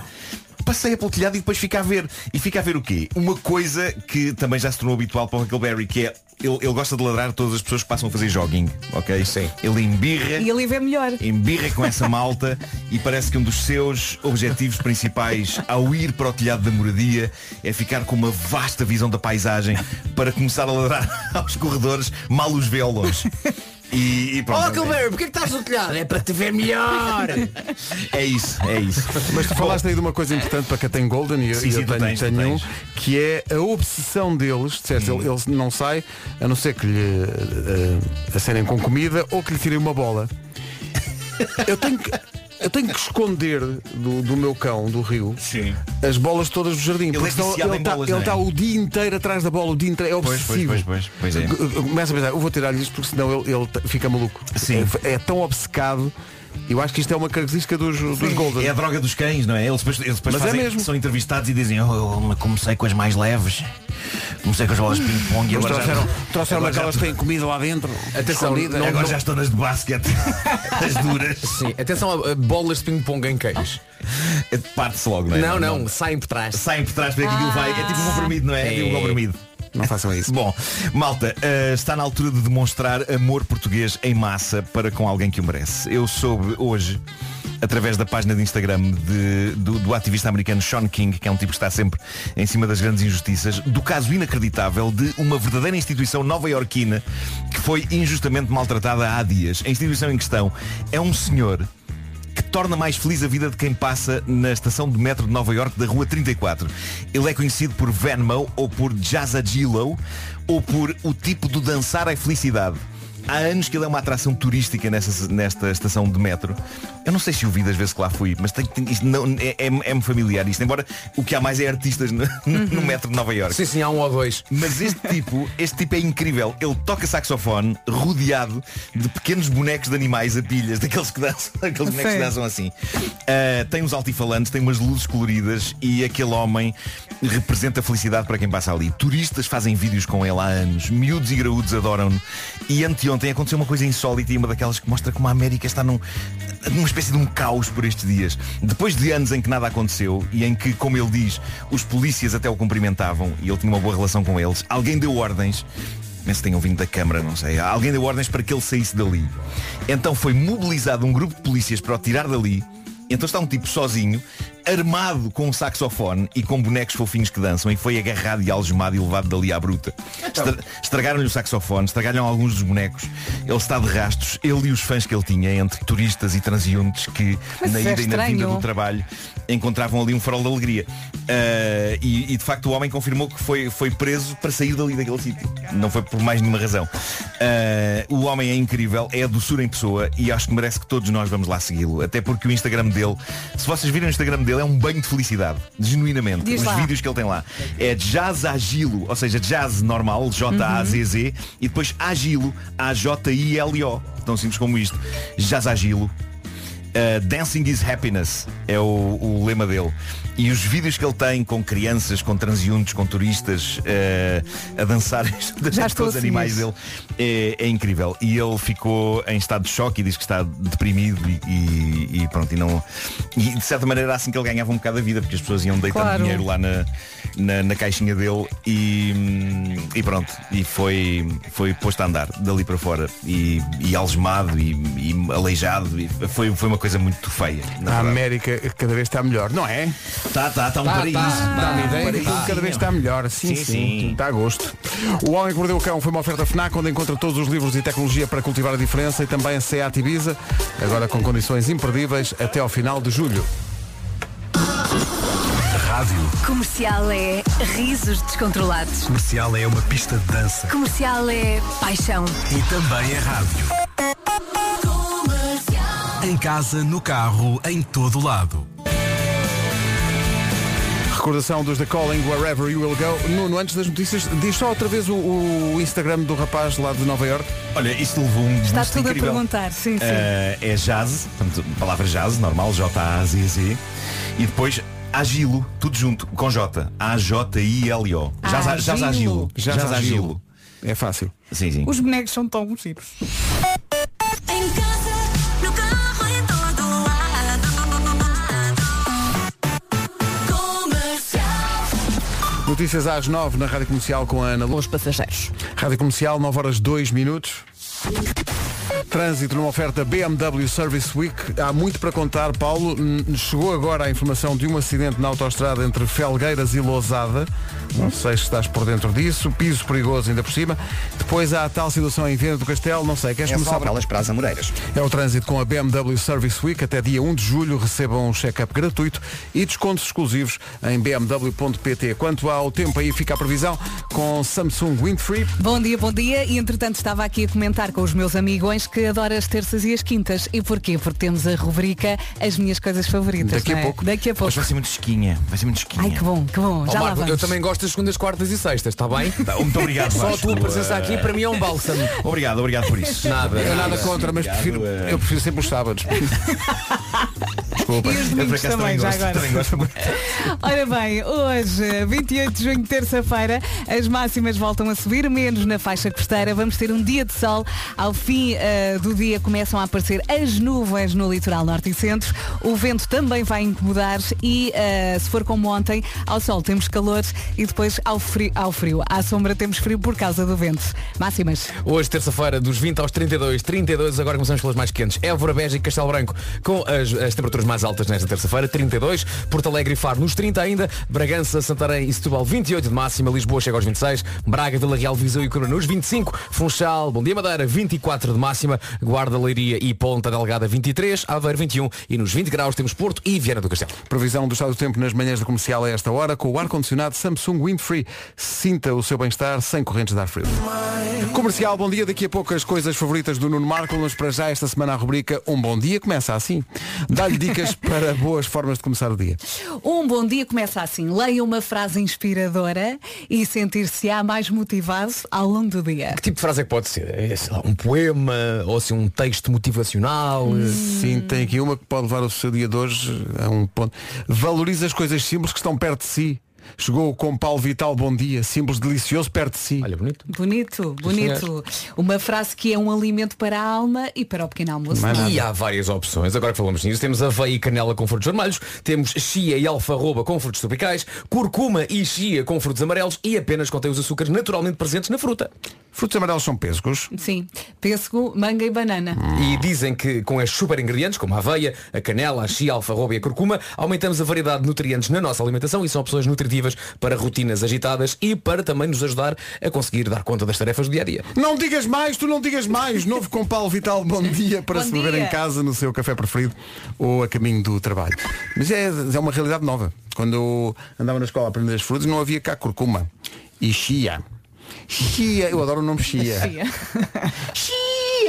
Speaker 8: passeia pelo telhado e depois fica a ver. E fica a ver o quê? Uma coisa que também já se tornou habitual para o Huckleberry, que é ele, ele gosta de ladrar a todas as pessoas que passam a fazer jogging, ok? Sim. Ele embirra
Speaker 2: E ele vê melhor.
Speaker 8: embirra com essa malta e parece que um dos seus objetivos principais ao ir para o telhado da moradia é ficar com uma vasta visão da paisagem para começar a ladrar aos corredores mal os vê ao longe. E, e pronto,
Speaker 4: Oh, porquê que estás no telhado? É para te ver melhor!
Speaker 8: é isso, é isso.
Speaker 1: Mas tu falaste aí de uma coisa importante para quem tem Golden e eu- e
Speaker 8: Sim,
Speaker 1: eu,
Speaker 8: sim, tu
Speaker 1: tenho,
Speaker 8: tens, tu
Speaker 1: tenho um,
Speaker 8: tens. Hum.
Speaker 1: que é a obsessão deles, disseste, ele, ele não sai, a não ser que lhe eh, acerem com comida ou que lhe tirem uma bola. Eu tenho que. Eu tenho que esconder do, do meu cão, do rio,
Speaker 8: Sim.
Speaker 1: as bolas todas do jardim.
Speaker 8: Ele é
Speaker 1: porque senão
Speaker 8: viciado
Speaker 1: ele
Speaker 8: em
Speaker 1: está
Speaker 8: bolas, não é?
Speaker 1: o dia inteiro atrás da bola, o dia inteiro. É
Speaker 8: Pois, pois,
Speaker 1: obsessivo.
Speaker 8: pois, pois, pois é.
Speaker 1: Começa a pensar, eu vou tirar-lhe isto porque senão ele, ele t- fica maluco.
Speaker 8: Sim.
Speaker 1: É, é tão obcecado. Eu acho que isto é uma característica dos, dos Golden.
Speaker 8: É a droga dos cães, não é? Eles depois, eles depois
Speaker 1: Mas é
Speaker 8: fazem-
Speaker 1: mesmo.
Speaker 8: são entrevistados e dizem, oh, eu comecei com as mais leves. Comecei com as bolas de ping-pong e
Speaker 1: Mas
Speaker 8: agora já-
Speaker 1: trouxeram, trouxeram
Speaker 8: agora já-
Speaker 1: aquelas que têm comida lá dentro.
Speaker 4: Atenção,
Speaker 1: escondida.
Speaker 4: não-
Speaker 8: Agora já estou nas de basquete. As duras.
Speaker 4: Sim, atenção a, a bolas de ping-pong em queijos.
Speaker 8: Parte-se logo, não é?
Speaker 4: Não, não, saem por trás.
Speaker 8: Saem por trás para que aquilo vai. É tipo um comprimido, não é? É, tipo um
Speaker 4: É.
Speaker 8: comprimido.
Speaker 1: Não façam isso.
Speaker 8: Bom, malta, eh, está na altura de demonstrar amor português em massa para com alguém que o merece. Eu soube hoje, através da página de Instagram de- do, do ativista americano Sean King, que é um tipo que está sempre em cima das grandes injustiças, do caso inacreditável de uma verdadeira instituição nova-iorquina que foi injustamente maltratada há dias. A instituição em questão é um senhor que torna mais feliz a vida de quem passa na estação de metro de Nova York da Rua 34. Ele é conhecido por Venmo ou por Jazzagilo ou por o tipo do dançar é felicidade. Há anos que ele é uma atração turística nessa, nesta estação de metro. Eu não sei se o vi das vezes que lá fui, mas tem, tem- isto não, é- é- é-me familiar isto. Embora o que há mais é artistas no, no- no metro de Nova York.
Speaker 4: Sim, sim, há um ou dois.
Speaker 8: Mas este tipo, este tipo é incrível. Ele toca saxofone rodeado de pequenos bonecos de animais a pilhas, daqueles que dançam, daqueles bonecos que
Speaker 2: Sim.
Speaker 8: dançam assim. Ah, tem uns altifalantes, tem umas luzes coloridas e aquele homem representa a felicidade para quem passa ali. Turistas fazem vídeos com ele há anos, miúdos e graúdos adoram-no. E anteontem aconteceu uma coisa insólita e uma daquelas que mostra como a América está num, numa espécie de um caos por estes dias. Depois de anos em que nada aconteceu e em que, como ele diz, os polícias até o cumprimentavam e ele tinha uma boa relação com eles, alguém deu ordens mas se tenham vindo da Câmara, não sei. Alguém deu ordens para que ele saísse dali. Então foi mobilizado um grupo de polícias para o tirar dali. Então está um tipo sozinho, armado com um saxofone e com bonecos fofinhos que dançam, e foi agarrado e algemado e levado dali à bruta.
Speaker 2: Então.
Speaker 8: Estra- Estragaram-lhe o saxofone, estragaram alguns dos bonecos. Ele está de rastos, ele e os fãs que ele tinha, entre turistas e transeuntes, que
Speaker 2: Mas
Speaker 8: na
Speaker 2: isso é
Speaker 8: ida e na vinda
Speaker 2: estranho.
Speaker 8: do trabalho encontravam ali um farol de alegria. Ah, e, e, de facto o homem confirmou que foi, foi preso para sair dali daquele sítio. Não foi por mais nenhuma razão. Ah, o homem é incrível, é a doçura em pessoa e acho que merece que todos nós vamos lá segui-lo. Até porque o Instagram dele, se vocês virem o Instagram dele, é um banho de felicidade. Genuinamente.
Speaker 2: Diz
Speaker 8: Os
Speaker 2: lá.
Speaker 8: vídeos que ele tem lá. É jazz agilo, ou seja, jazz normal, J-A-Z-Z,
Speaker 2: Uhum.
Speaker 8: e depois agilo, A-J-I-L-O. Tão simples como isto. Jazz agilo. Uh, Dancing is Happiness é o, o lema dele. E os vídeos que ele tem com crianças, com transeuntes, com turistas uh, a dançar
Speaker 2: Já
Speaker 8: junto
Speaker 2: estou assim
Speaker 8: com
Speaker 2: a
Speaker 8: os animais
Speaker 2: seguir.
Speaker 8: dele é, é incrível. E ele ficou em estado de choque e diz que está deprimido e, e- e pronto. E, não, e de certa maneira era assim que ele ganhava um bocado a vida, porque as pessoas iam deitando
Speaker 2: Claro.
Speaker 8: dinheiro lá na, na, na caixinha dele e, hum, e pronto. E foi, foi posto a andar dali para fora. E, e algemado e, e aleijado. E foi, foi uma coisa muito feia. na
Speaker 1: A
Speaker 8: verdade.
Speaker 1: América cada vez está melhor, não é?
Speaker 8: Tá, tá, tá um
Speaker 1: Ah, Tá,
Speaker 8: paraíso.
Speaker 1: tá,
Speaker 8: Tá,
Speaker 1: dá-me
Speaker 8: um
Speaker 1: ideia que
Speaker 8: paraíso.
Speaker 1: aquilo cada vez está melhor. Sim, sim,
Speaker 8: Sim, sim.
Speaker 1: Está a gosto. O Homem que Mordeu o Cão foi uma oferta FNAC, onde encontra todos os livros e tecnologia para cultivar a diferença e também a SEAT Ibiza, agora com condições imperdíveis até ao final de julho.
Speaker 6: Rádio.
Speaker 11: Comercial é risos descontrolados.
Speaker 6: Comercial é uma pista de dança.
Speaker 11: Comercial é paixão.
Speaker 6: E também é rádio. Em casa, no carro, em todo lado.
Speaker 1: Recordação dos The Calling, Wherever You Will Go. Nuno, antes das notícias, diz só outra vez o, o Instagram do rapaz lá de Nova York.
Speaker 8: Olha, isto levou um
Speaker 2: Está
Speaker 8: boost
Speaker 2: tudo a
Speaker 8: incrível.
Speaker 2: perguntar, sim, sim.
Speaker 8: Eh, é jazz, portanto, palavra jazz, normal, J-A-Z-Z. E depois agilo, tudo junto, com J. A-J-I-L-O. Jazz a- Jazz agilo.
Speaker 1: Jazz
Speaker 8: Jazz
Speaker 1: agilo.
Speaker 8: agilo.
Speaker 1: É fácil.
Speaker 8: Sim, sim.
Speaker 2: Os bonecos são tão bonitos.
Speaker 11: Em casa, no carro, em todo lado. Comercial.
Speaker 1: Notícias às 9 na Rádio Comercial com a Ana Luz.
Speaker 2: Passageiros.
Speaker 1: Rádio Comercial, 9 horas 2 minutos. Trânsito numa oferta BMW Service Week. Há muito para contar, Paulo. Hum, Chegou agora a informação de um acidente na autoestrada entre Felgueiras e Lousada. Não sei se estás por dentro disso. Piso perigoso ainda por cima. Depois há a tal situação em Viana do Castelo. Não sei, queres
Speaker 3: É
Speaker 1: começar?
Speaker 3: só para para as Amoreiras.
Speaker 1: É o trânsito com a BMW Service Week. Até dia 1 de julho recebam um check-up gratuito e descontos exclusivos em bmw.pt. Quanto ao tempo, aí fica a previsão com Samsung Windfree.
Speaker 2: Bom dia, bom dia. E entretanto estava aqui a comentar com os meus amigões que adoro as terças e as quintas. E porquê? Porque temos a rubrica As Minhas Coisas Favoritas.
Speaker 4: Daqui a
Speaker 2: não é?
Speaker 4: pouco.
Speaker 2: Daqui a pouco.
Speaker 4: Hoje vai
Speaker 8: ser muito chiquinha. Vai ser muito chiquinha.
Speaker 2: Ai, que bom, que bom.
Speaker 4: Ó,
Speaker 2: Já
Speaker 4: Marco,
Speaker 2: lá
Speaker 4: eu
Speaker 2: vamos.
Speaker 4: também gosto das segundas, quartas e sextas, está bem?
Speaker 8: Tá, muito obrigado,
Speaker 4: Só a
Speaker 8: Vasco.
Speaker 4: tua presença
Speaker 8: Eh,
Speaker 4: aqui para mim é um bálsamo.
Speaker 8: Obrigado, obrigado por isso. eh,
Speaker 4: Nada.
Speaker 1: Eu nada contra, mas prefiro,
Speaker 8: é.
Speaker 1: eu prefiro sempre os sábados. Desculpa.
Speaker 2: E os
Speaker 1: Eu por
Speaker 2: domingos
Speaker 1: acaso
Speaker 2: também, já
Speaker 1: gosto,
Speaker 2: agora.
Speaker 1: é também gosto muito.
Speaker 2: Ora bem, hoje, eh, 28 de junho, terça-feira, as máximas voltam a subir, menos na faixa costeira. Vamos ter um dia de sol. Ao fim eh, do dia começam a aparecer as nuvens no litoral norte e centro. O vento também vai incomodar e, eh, se for como ontem, ao sol temos calor e depois ao frio, ao frio. À sombra temos frio por causa do vento. Máximas.
Speaker 4: Hoje, terça-feira, dos 20 aos 32, 32, agora começamos pelas mais quentes. Évora, Beja e Castelo Branco, com as, as temperaturas mais altas nesta terça-feira, 32. Porto Alegre e Faro nos 30 ainda. Bragança, Santarém e Setúbal, 28 de máxima. Lisboa chega aos 26. Braga, Vila Real, Viseu e Coimbra nos 25. Funchal, Bom Dia Madeira, 24 de máxima. Guarda, Leiria e Ponta Delgada, 23. Aveiro, 21. E nos 20 graus temos Porto e Viana do Castelo.
Speaker 1: Previsão do estado do tempo nas manhãs da comercial a esta hora com o ar-condicionado Samsung Windfree. Sinta o seu bem-estar sem correntes de ar frio. Comercial, bom dia. Daqui a pouco as coisas favoritas do Nuno Marco, mas para já esta semana a rubrica Um Bom Dia começa assim. Dá-lhe dicas para boas formas de começar o dia.
Speaker 2: Um bom dia começa assim. Leia uma frase inspiradora e sentir-se-á mais motivado ao longo do dia.
Speaker 4: Que tipo de frase é que pode ser? É, sei lá, um poema ou assim, um texto motivacional?
Speaker 1: Sim, tem aqui uma que pode levar o seu dia de hoje a um ponto. Valoriza as coisas simples que estão perto de si. Chegou com Paulo Vital, bom dia. Símbolos delicioso perto de si.
Speaker 4: Olha, bonito.
Speaker 2: Bonito, bonito. Uma frase que é um alimento para a alma e para o pequeno almoço. não é?
Speaker 4: E há várias opções. Agora que falamos nisso, temos aveia e canela com frutos vermelhos, temos chia e alfarroba com frutos tropicais, curcuma e chia com frutos amarelos e apenas contém os açúcares naturalmente presentes na fruta.
Speaker 1: Frutos amarelos são pescos.
Speaker 2: Sim, pêssego, manga e banana.
Speaker 1: Hum.
Speaker 4: E dizem que com estes super ingredientes, como a aveia, a canela, a chia, a alfarroba e a curcuma, aumentamos a variedade de nutrientes na nossa alimentação e são opções nutritivas para rotinas agitadas e para também nos ajudar a conseguir dar conta das tarefas do dia a dia.
Speaker 1: Não digas mais, tu não digas mais. Novo com Paulo Vital, bom dia para
Speaker 2: Bom
Speaker 1: se beber
Speaker 2: dia.
Speaker 1: em casa no seu café preferido ou a caminho do trabalho. Mas é, é uma realidade nova. Quando eu andava na escola a aprender as frutas, não havia cá curcuma e chia. Chia, eu adoro o nome chia.
Speaker 2: Chia.
Speaker 11: Ah,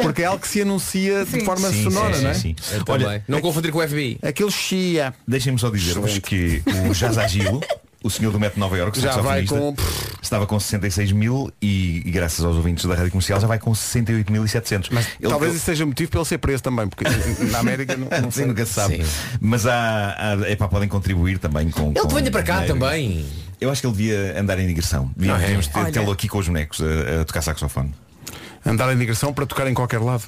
Speaker 1: Porque é algo que se anuncia de
Speaker 2: Sim.
Speaker 1: forma
Speaker 8: Sim,
Speaker 1: sonora,
Speaker 8: sim, sim,
Speaker 1: não é?
Speaker 8: sim.
Speaker 4: Olha, não confundir com o FBI.
Speaker 1: Aquele chia.
Speaker 8: Deixem-me só dizer-vos que o jazz agilo O senhor do Metro de Nova Iorque,
Speaker 1: Já vai
Speaker 8: saxofonista, estava com 66 mil e, e graças aos ouvintes da rádio comercial já vai com 68.700. Mas
Speaker 1: Talvez isso seja motivo para ele ser preso também, porque na América não, não
Speaker 8: Sim, nunca se sabe. Mas há, há- epá, podem contribuir também com.
Speaker 1: Ele
Speaker 8: com
Speaker 1: que venha para cá
Speaker 8: dinheiro.
Speaker 1: também.
Speaker 8: Eu acho que ele devia andar em digressão. Devia-
Speaker 1: Não é?
Speaker 8: Devíamos ter-
Speaker 1: Olha.
Speaker 8: tê-lo aqui com os bonecos a, a tocar saxofone.
Speaker 1: Andar em digressão para tocar em qualquer lado.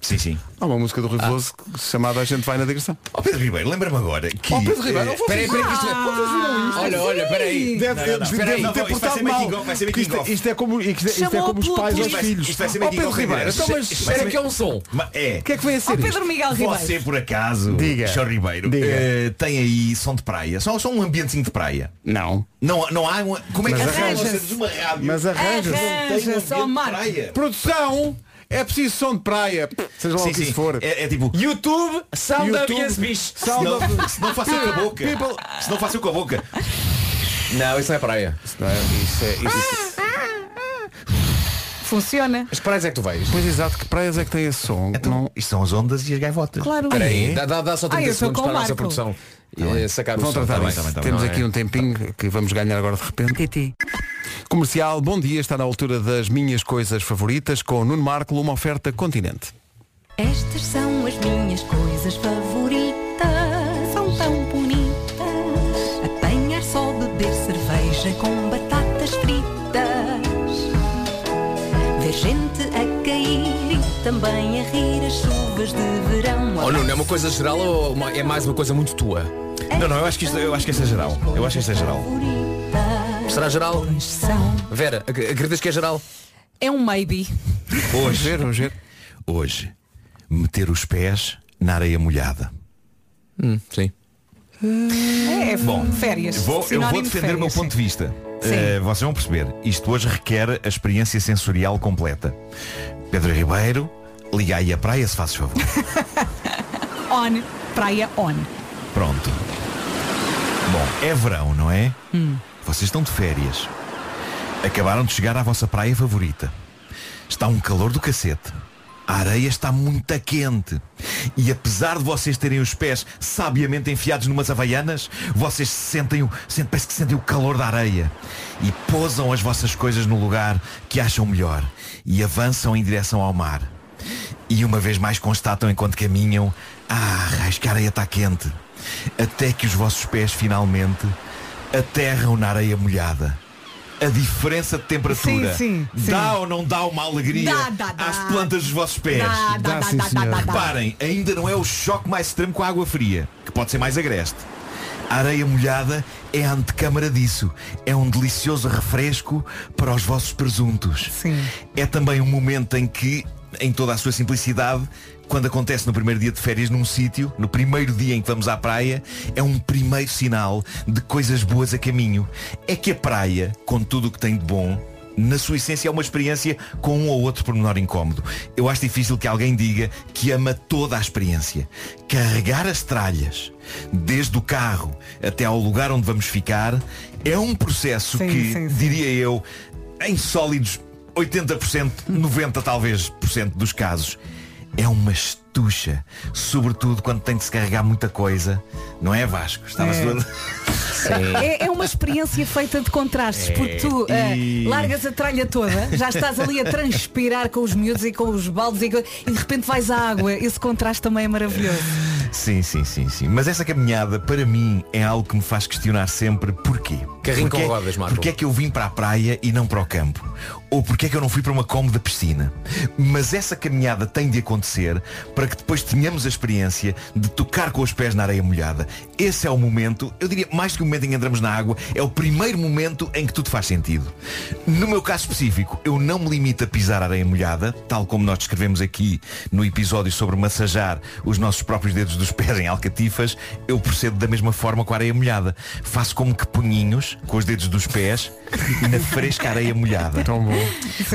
Speaker 8: Sim, sim.
Speaker 1: Há uma música do
Speaker 4: Ah.
Speaker 1: Rivoso chamada A Gente Vai na Digressão.
Speaker 8: Ó Oh, Pedro Ribeiro, lembra-me agora que.
Speaker 1: Ó Oh, Pedro Ribeiro, não vou
Speaker 4: Espera aí, espera aí, eh, que isto é- Vocês viram isto? Olha, olha, espera aí.
Speaker 1: Deve,
Speaker 4: Não, não, não,
Speaker 1: deve-
Speaker 4: espera aí.
Speaker 1: deve
Speaker 4: Não,
Speaker 1: ter
Speaker 4: não, isto vai ser
Speaker 1: portado
Speaker 4: making
Speaker 1: mal.
Speaker 4: of, vai ser
Speaker 1: Porque
Speaker 4: making
Speaker 1: Isto,
Speaker 4: of.
Speaker 1: isto é como, isto, é- isto é
Speaker 4: Chamou
Speaker 1: como os
Speaker 4: pela
Speaker 1: pais aos
Speaker 4: polícia.
Speaker 1: filhos.
Speaker 4: Isto vai ser
Speaker 1: Ó
Speaker 4: making
Speaker 1: Pedro
Speaker 4: of,
Speaker 1: Ribeiro,
Speaker 4: Andrés.
Speaker 1: então, mas
Speaker 4: Isto vai ser- que é um som.
Speaker 8: Ma- é.
Speaker 1: O que é que vem a ser? isto?
Speaker 8: Você por acaso,
Speaker 1: Diga.
Speaker 8: Sr. Ribeiro,
Speaker 1: Diga.
Speaker 8: eh, tem aí som de praia? Só, só um ambientezinho de praia?
Speaker 1: Não.
Speaker 8: Não, não há um- Como é que
Speaker 1: Mas
Speaker 8: arranja
Speaker 1: arranja-se.
Speaker 8: uma rádio?
Speaker 1: Mas arranja-se.
Speaker 8: Arranja-se, ó, Marco. praia.
Speaker 1: Produção! É preciso som de praia. Seja lá
Speaker 8: Sim,
Speaker 1: o que isso
Speaker 8: sim.
Speaker 1: for.
Speaker 8: É, é tipo
Speaker 4: YouTube, sound
Speaker 1: YouTube,
Speaker 4: of yes, bicho.
Speaker 1: sound
Speaker 8: Se não-
Speaker 1: of-
Speaker 8: se não faço com a boca.
Speaker 1: People-
Speaker 8: Se não faço com a boca.
Speaker 4: Não, isso não é praia.
Speaker 1: Isso é,
Speaker 2: Funciona.
Speaker 4: As praias é que tu vais.
Speaker 1: Pois exato, que praias é que tem esse som? não...
Speaker 8: Isto são as ondas e as gaivotas.
Speaker 2: Claro.
Speaker 4: Espera
Speaker 8: É?
Speaker 4: aí, dá, dá, dá só
Speaker 2: Ah,
Speaker 4: 30
Speaker 2: eu sou
Speaker 4: segundos
Speaker 2: com
Speaker 4: para a
Speaker 2: o
Speaker 4: nossa
Speaker 2: Marco.
Speaker 4: produção.
Speaker 1: Tá bem.
Speaker 4: E sacar
Speaker 1: Vão
Speaker 4: o som.
Speaker 1: tratar
Speaker 4: Tá bem,
Speaker 1: disso.
Speaker 4: tá bem, tá bem.
Speaker 1: Temos
Speaker 4: Não é?
Speaker 1: aqui um tempinho que vamos ganhar agora de repente. Comercial, bom dia, está na altura das minhas coisas favoritas com o Nuno Marco, uma oferta continente.
Speaker 11: Estas são as minhas coisas favoritas, são tão bonitas. Apanhar só, beber cerveja com batatas fritas. Ver gente a cair e também a rir as chuvas de verão.
Speaker 4: Oh, Nuno, é uma coisa geral ou uma- é mais uma coisa muito tua?
Speaker 8: Não, não, eu acho que isto, eu acho que isto é geral. Eu acho que isto é geral.
Speaker 4: Será geral?
Speaker 11: São.
Speaker 4: Vera, ac- acreditas que é geral?
Speaker 2: É um maybe.
Speaker 8: Hoje, hoje, meter os pés na areia molhada.
Speaker 4: sim.
Speaker 2: É, é
Speaker 8: Bom,
Speaker 2: férias.
Speaker 8: Vou, eu
Speaker 2: Sinónimo
Speaker 8: vou
Speaker 2: de
Speaker 8: defender o meu
Speaker 2: férias.
Speaker 8: ponto de vista.
Speaker 2: Sim.
Speaker 8: Eh, vocês vão perceber. Isto hoje requer a experiência sensorial completa. Pedro Ribeiro, liga aí a praia se fazes favor.
Speaker 2: On, praia on.
Speaker 8: Pronto. Bom, é verão, não é?
Speaker 2: Hum.
Speaker 8: Vocês estão de férias. Acabaram de chegar à vossa praia favorita. Está um calor do cacete. A areia está muito quente. E apesar de vocês terem os pés sabiamente enfiados numas havaianas, vocês sentem o, sentem, parece que sentem o calor da areia. E pousam as vossas coisas no lugar que acham melhor. E avançam em direção ao mar. E uma vez mais constatam enquanto caminham, ah, raios que a areia está quente. Até que os vossos pés finalmente aterram na areia molhada. A diferença de temperatura
Speaker 2: Sim, sim, sim.
Speaker 8: dá ou não dá uma alegria
Speaker 2: Dá, dá, dá.
Speaker 8: às plantas dos vossos pés?
Speaker 2: Dá, dá, Dá, dá, sim, dá, senhor. dá, dá.
Speaker 8: Reparem, ainda não é o choque mais extremo com a água fria, que pode ser mais agreste. A areia molhada é a antecâmara disso. É um delicioso refresco para os vossos presuntos. É também um momento em que, em toda a sua simplicidade, quando acontece no primeiro dia de férias num sítio, no primeiro dia em que vamos à praia, é um primeiro sinal de coisas boas a caminho. É que a praia, com tudo o que tem de bom, na sua essência é uma experiência com um ou outro pormenor incómodo. Eu acho difícil que alguém diga que ama toda a experiência. Carregar as tralhas, desde o carro até ao lugar onde vamos ficar, é um processo
Speaker 2: Sim,
Speaker 8: que,
Speaker 2: sim, sim.
Speaker 8: diria eu, em sólidos 80%, 90% talvez por cento dos casos, é uma estucha. Sobretudo quando tem de se carregar muita coisa. Não é Vasco? Estava-se
Speaker 2: É.
Speaker 8: todo-
Speaker 2: É, é uma experiência feita de contrastes,
Speaker 8: É,
Speaker 2: porque tu
Speaker 8: e-
Speaker 2: ah, largas a tralha toda, já estás ali a transpirar com os miúdos e com os baldes e, co- e de repente vais à água. Esse contraste também é maravilhoso.
Speaker 8: Sim, sim, sim, sim. Mas essa caminhada, para mim, é algo que me faz questionar sempre porquê.
Speaker 4: Carrinho
Speaker 8: Porquê-
Speaker 4: com rodas, Marco.
Speaker 8: Porquê é que eu vim para a praia e não para o campo? Ou porquê é que eu não fui para uma cômoda piscina? Mas essa caminhada tem de acontecer para que depois tenhamos a experiência de tocar com os pés na areia molhada. Esse é o momento, eu diria, mais do que o momento em que entramos na água, é o primeiro momento em que tudo faz sentido. No meu caso específico, eu não me limito a pisar areia molhada, tal como nós descrevemos aqui no episódio sobre massajar os nossos próprios dedos dos pés em alcatifas, eu procedo da mesma forma com a areia molhada. Faço como que punhinhos com os dedos dos pés na fresca areia molhada.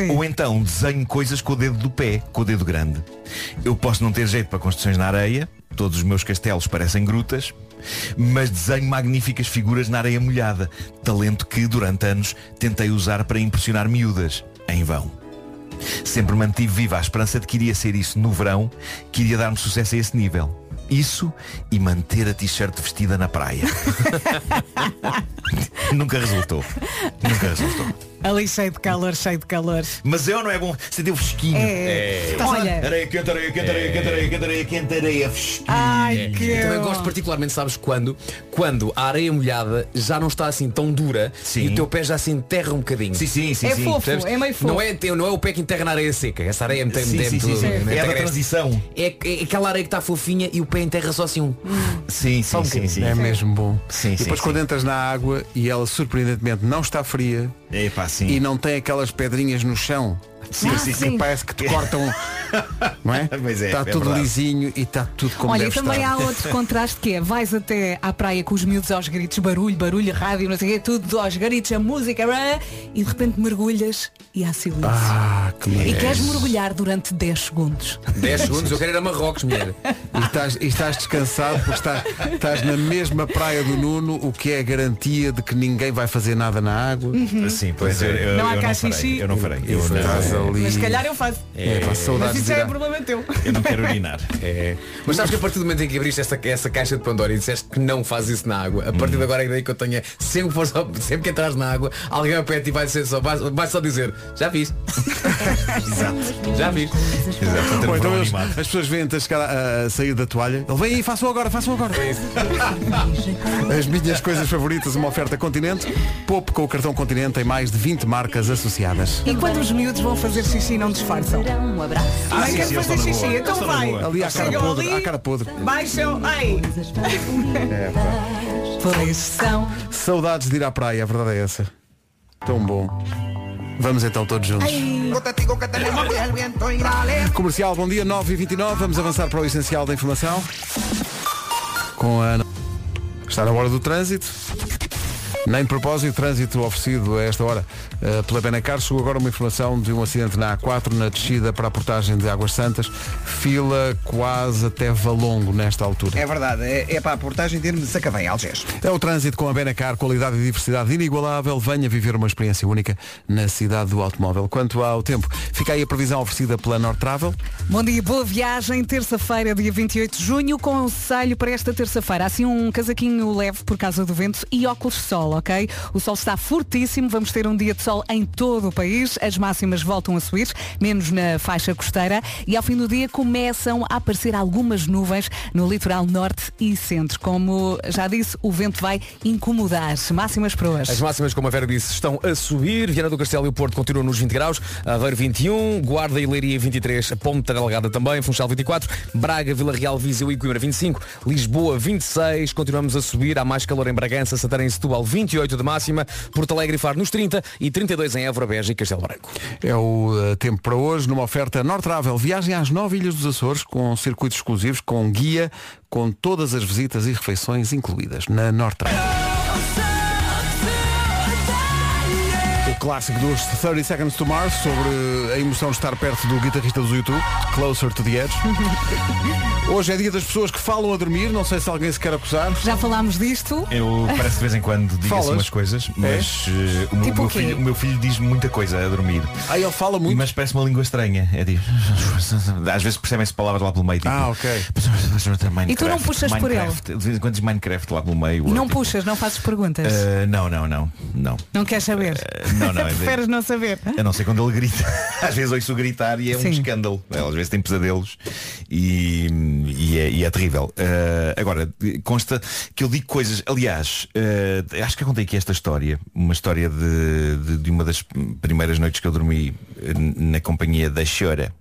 Speaker 8: Ou então desenho coisas com o dedo do pé, com o dedo grande. Eu posso não ter jeito para construções na areia, todos os meus castelos parecem grutas, mas desenho magníficas figuras na areia molhada, talento que durante anos tentei usar para impressionar miúdas, em vão. Sempre mantive viva a esperança de que iria ser isso no verão, que iria dar-me sucesso a esse nível. Isso e manter a t-shirt vestida na praia. Nunca resultou. Nunca resultou.
Speaker 2: Ali cheio de calor, cheio de calor.
Speaker 8: Mas eu não é bom sentir o fresquinho.
Speaker 2: É. Tá, olha.
Speaker 8: Areia quente, areia quente, areia quente, areia quente, areia quente, areia fresquinha. É.
Speaker 2: Ai, que
Speaker 4: Então Eu também
Speaker 2: horror.
Speaker 4: gosto particularmente, sabes quando? Quando a areia molhada já não está assim tão dura e o teu pé já se enterra um bocadinho. Sim,
Speaker 8: sim,
Speaker 2: sim, É sim. fofo, é meio fofo.
Speaker 4: Não é, teu- não é o pé que enterra na areia seca. Essa areia me tem
Speaker 8: Sim, sim, sim, sim. É a da transição.
Speaker 4: É, é aquela areia que está fofinha e o pé enterra só assim um.
Speaker 8: Sim,
Speaker 4: Só um
Speaker 8: sim,
Speaker 4: bocadinho.
Speaker 8: sim.
Speaker 1: É mesmo bom.
Speaker 8: Sim,
Speaker 1: e
Speaker 8: sim,
Speaker 1: depois
Speaker 8: sim.
Speaker 1: quando entras na água e ela surpreendentemente não está fria
Speaker 8: Epá, sim.
Speaker 1: e não tem aquelas pedrinhas no chão.
Speaker 8: Sim,
Speaker 2: Ah,
Speaker 8: sim, sim.
Speaker 1: Que parece que te cortam. não é?
Speaker 8: Pois é,
Speaker 1: está
Speaker 8: é
Speaker 1: tudo
Speaker 8: verdade.
Speaker 1: lisinho e está tudo como
Speaker 2: Olha, e
Speaker 1: deve
Speaker 2: também
Speaker 1: estar.
Speaker 2: há um- outro contraste que é vais até à praia com os miúdos aos gritos, barulho, barulho, rádio, não sei o quê, tudo aos gritos, a música, rá, e de repente mergulhas e há silêncio.
Speaker 1: Ah, que
Speaker 2: e
Speaker 1: maravilha.
Speaker 2: queres mergulhar durante 10 segundos.
Speaker 4: 10 segundos, eu quero ir a Marrocos, mulher.
Speaker 1: E estás, e estás descansado porque estás, estás na mesma praia do Nuno, o que é a garantia de que ninguém vai fazer nada na água.
Speaker 2: Uhum.
Speaker 8: Sim, pois eu, eu,
Speaker 2: Não há
Speaker 8: eu
Speaker 2: cá
Speaker 8: não farei.
Speaker 2: xixi.
Speaker 8: Eu não farei. Eu não-
Speaker 1: Estás ali.
Speaker 2: Mas se calhar eu faço.
Speaker 1: É, pá, saudades
Speaker 2: Mas isso
Speaker 1: de ir
Speaker 2: é
Speaker 1: à-
Speaker 2: problema teu.
Speaker 8: Eu não quero urinar.
Speaker 4: É. Mas sabes que a partir do momento em que abriste essa, essa caixa de Pandora e disseste que não faz isso na água, a partir de agora é daí que eu tenho sempre, que for só- sempre que entras na água, alguém ao pé de ti vai, ser só, vai, vai só dizer, já fiz. Exato. Já fiz.
Speaker 8: um
Speaker 1: Ou então eles- as pessoas vêm-te a, chegar- a- a sair da toalha. Ele vem aí, façam agora, façam agora. As minhas coisas favoritas, uma oferta Continente. Poupe com o cartão Continente tem mais de 20 marcas associadas.
Speaker 2: E quando os miúdos vão fazer xixi não disfarçam. Um abraço.
Speaker 1: Ah,
Speaker 2: Ai,
Speaker 1: sim,
Speaker 2: quero
Speaker 1: sim, eles
Speaker 2: fazer
Speaker 1: estão na
Speaker 2: xixi,
Speaker 1: boa. Eles
Speaker 2: então
Speaker 1: estão na
Speaker 2: vai.
Speaker 1: boa. Ali há cara
Speaker 2: Chegam
Speaker 1: podre,
Speaker 2: ali,
Speaker 1: há cara podre.
Speaker 2: Baixam, ai. Pois são.
Speaker 1: Saudades de ir à praia, a verdade é essa. Tão bom. Vamos então todos juntos.
Speaker 2: É
Speaker 1: Comercial, bom dia, 9h29. Vamos avançar para o essencial da informação. Com a Ana. Está na hora do trânsito. Nem de propósito, trânsito oferecido a esta hora eh, pela Benacar. Chegou agora uma informação de um acidente na A4, na descida para a portagem de Águas Santas. Fila quase até Valongo nesta altura.
Speaker 3: É verdade, é, é para a portagem de Hermes Sacavém, Algés.
Speaker 1: É o trânsito com a Benacar, qualidade e diversidade inigualável. Venha viver uma experiência única na cidade do automóvel. Quanto ao tempo, fica aí a previsão oferecida pela Nortravel.
Speaker 2: Bom dia, boa viagem. Terça-feira, dia 28 de junho. Conselho para esta terça-feira. Assim, um casaquinho leve por causa do vento e óculos de sol, ok? O sol está fortíssimo. Vamos ter um dia de sol em todo o país. As máximas voltam a subir, menos na faixa costeira. E ao fim do dia começam a aparecer algumas nuvens no litoral norte e centro. Como já disse, o vento vai incomodar. Máximas para hoje.
Speaker 4: As máximas, como a Vera disse, estão a subir. Viana do Castelo e o Porto continuam nos 20 graus. Aveiro 21, Guarda e Leiria 23, Ponta Delgada também, Funchal 24, Braga, Vila Real, Viseu e Coimbra 25, Lisboa 26, continuamos a subir. Há mais calor em Bragança, Santarém e Setúbal 28 de máxima, Porto Alegre e Faro nos 30 e 32 em Évora, Beja e Castelo Branco.
Speaker 1: É o eh, tempo para hoje, numa oferta Nortravel. Viagem às nove ilhas dos Açores, com circuitos exclusivos, com guia, com todas as visitas e refeições incluídas na Nortravel. O clássico dos 30 Seconds to Mars, sobre a emoção de estar perto do guitarrista do YouTube, Closer to the Edge. Hoje é dia das pessoas que falam a dormir, não sei se alguém se quer acusar.
Speaker 2: Já falámos disto.
Speaker 8: Eu parece de vez em quando digo
Speaker 1: Falas?
Speaker 8: assim umas coisas, mas eh, o,
Speaker 2: Tipo
Speaker 8: meu
Speaker 2: o quê?
Speaker 8: filho, o meu filho diz muita coisa a dormir.
Speaker 1: Ah, ele fala muito.
Speaker 8: Mas parece uma língua estranha. É tipo. Às vezes percebem-se palavras lá pelo meio. Tipo, ah, ok.
Speaker 2: E tu não puxas por ele?
Speaker 8: ele? De vez em quando diz Minecraft lá pelo meio. ou
Speaker 2: Não
Speaker 8: tipo,
Speaker 2: puxas, não fazes perguntas.
Speaker 8: eh, não, não, não. Não.
Speaker 2: Não queres saber?
Speaker 8: não, não, é-
Speaker 2: Preferes não saber?
Speaker 8: A não ser quando ele grita. Às vezes ouço gritar e é um escândalo. Ele às vezes tem pesadelos e, e é, e é terrível. Ah, agora, consta que eu digo coisas. Aliás, ah, acho que eu contei aqui esta história. Uma história de, de- de uma das primeiras noites que eu dormi eh, na companhia da Chora,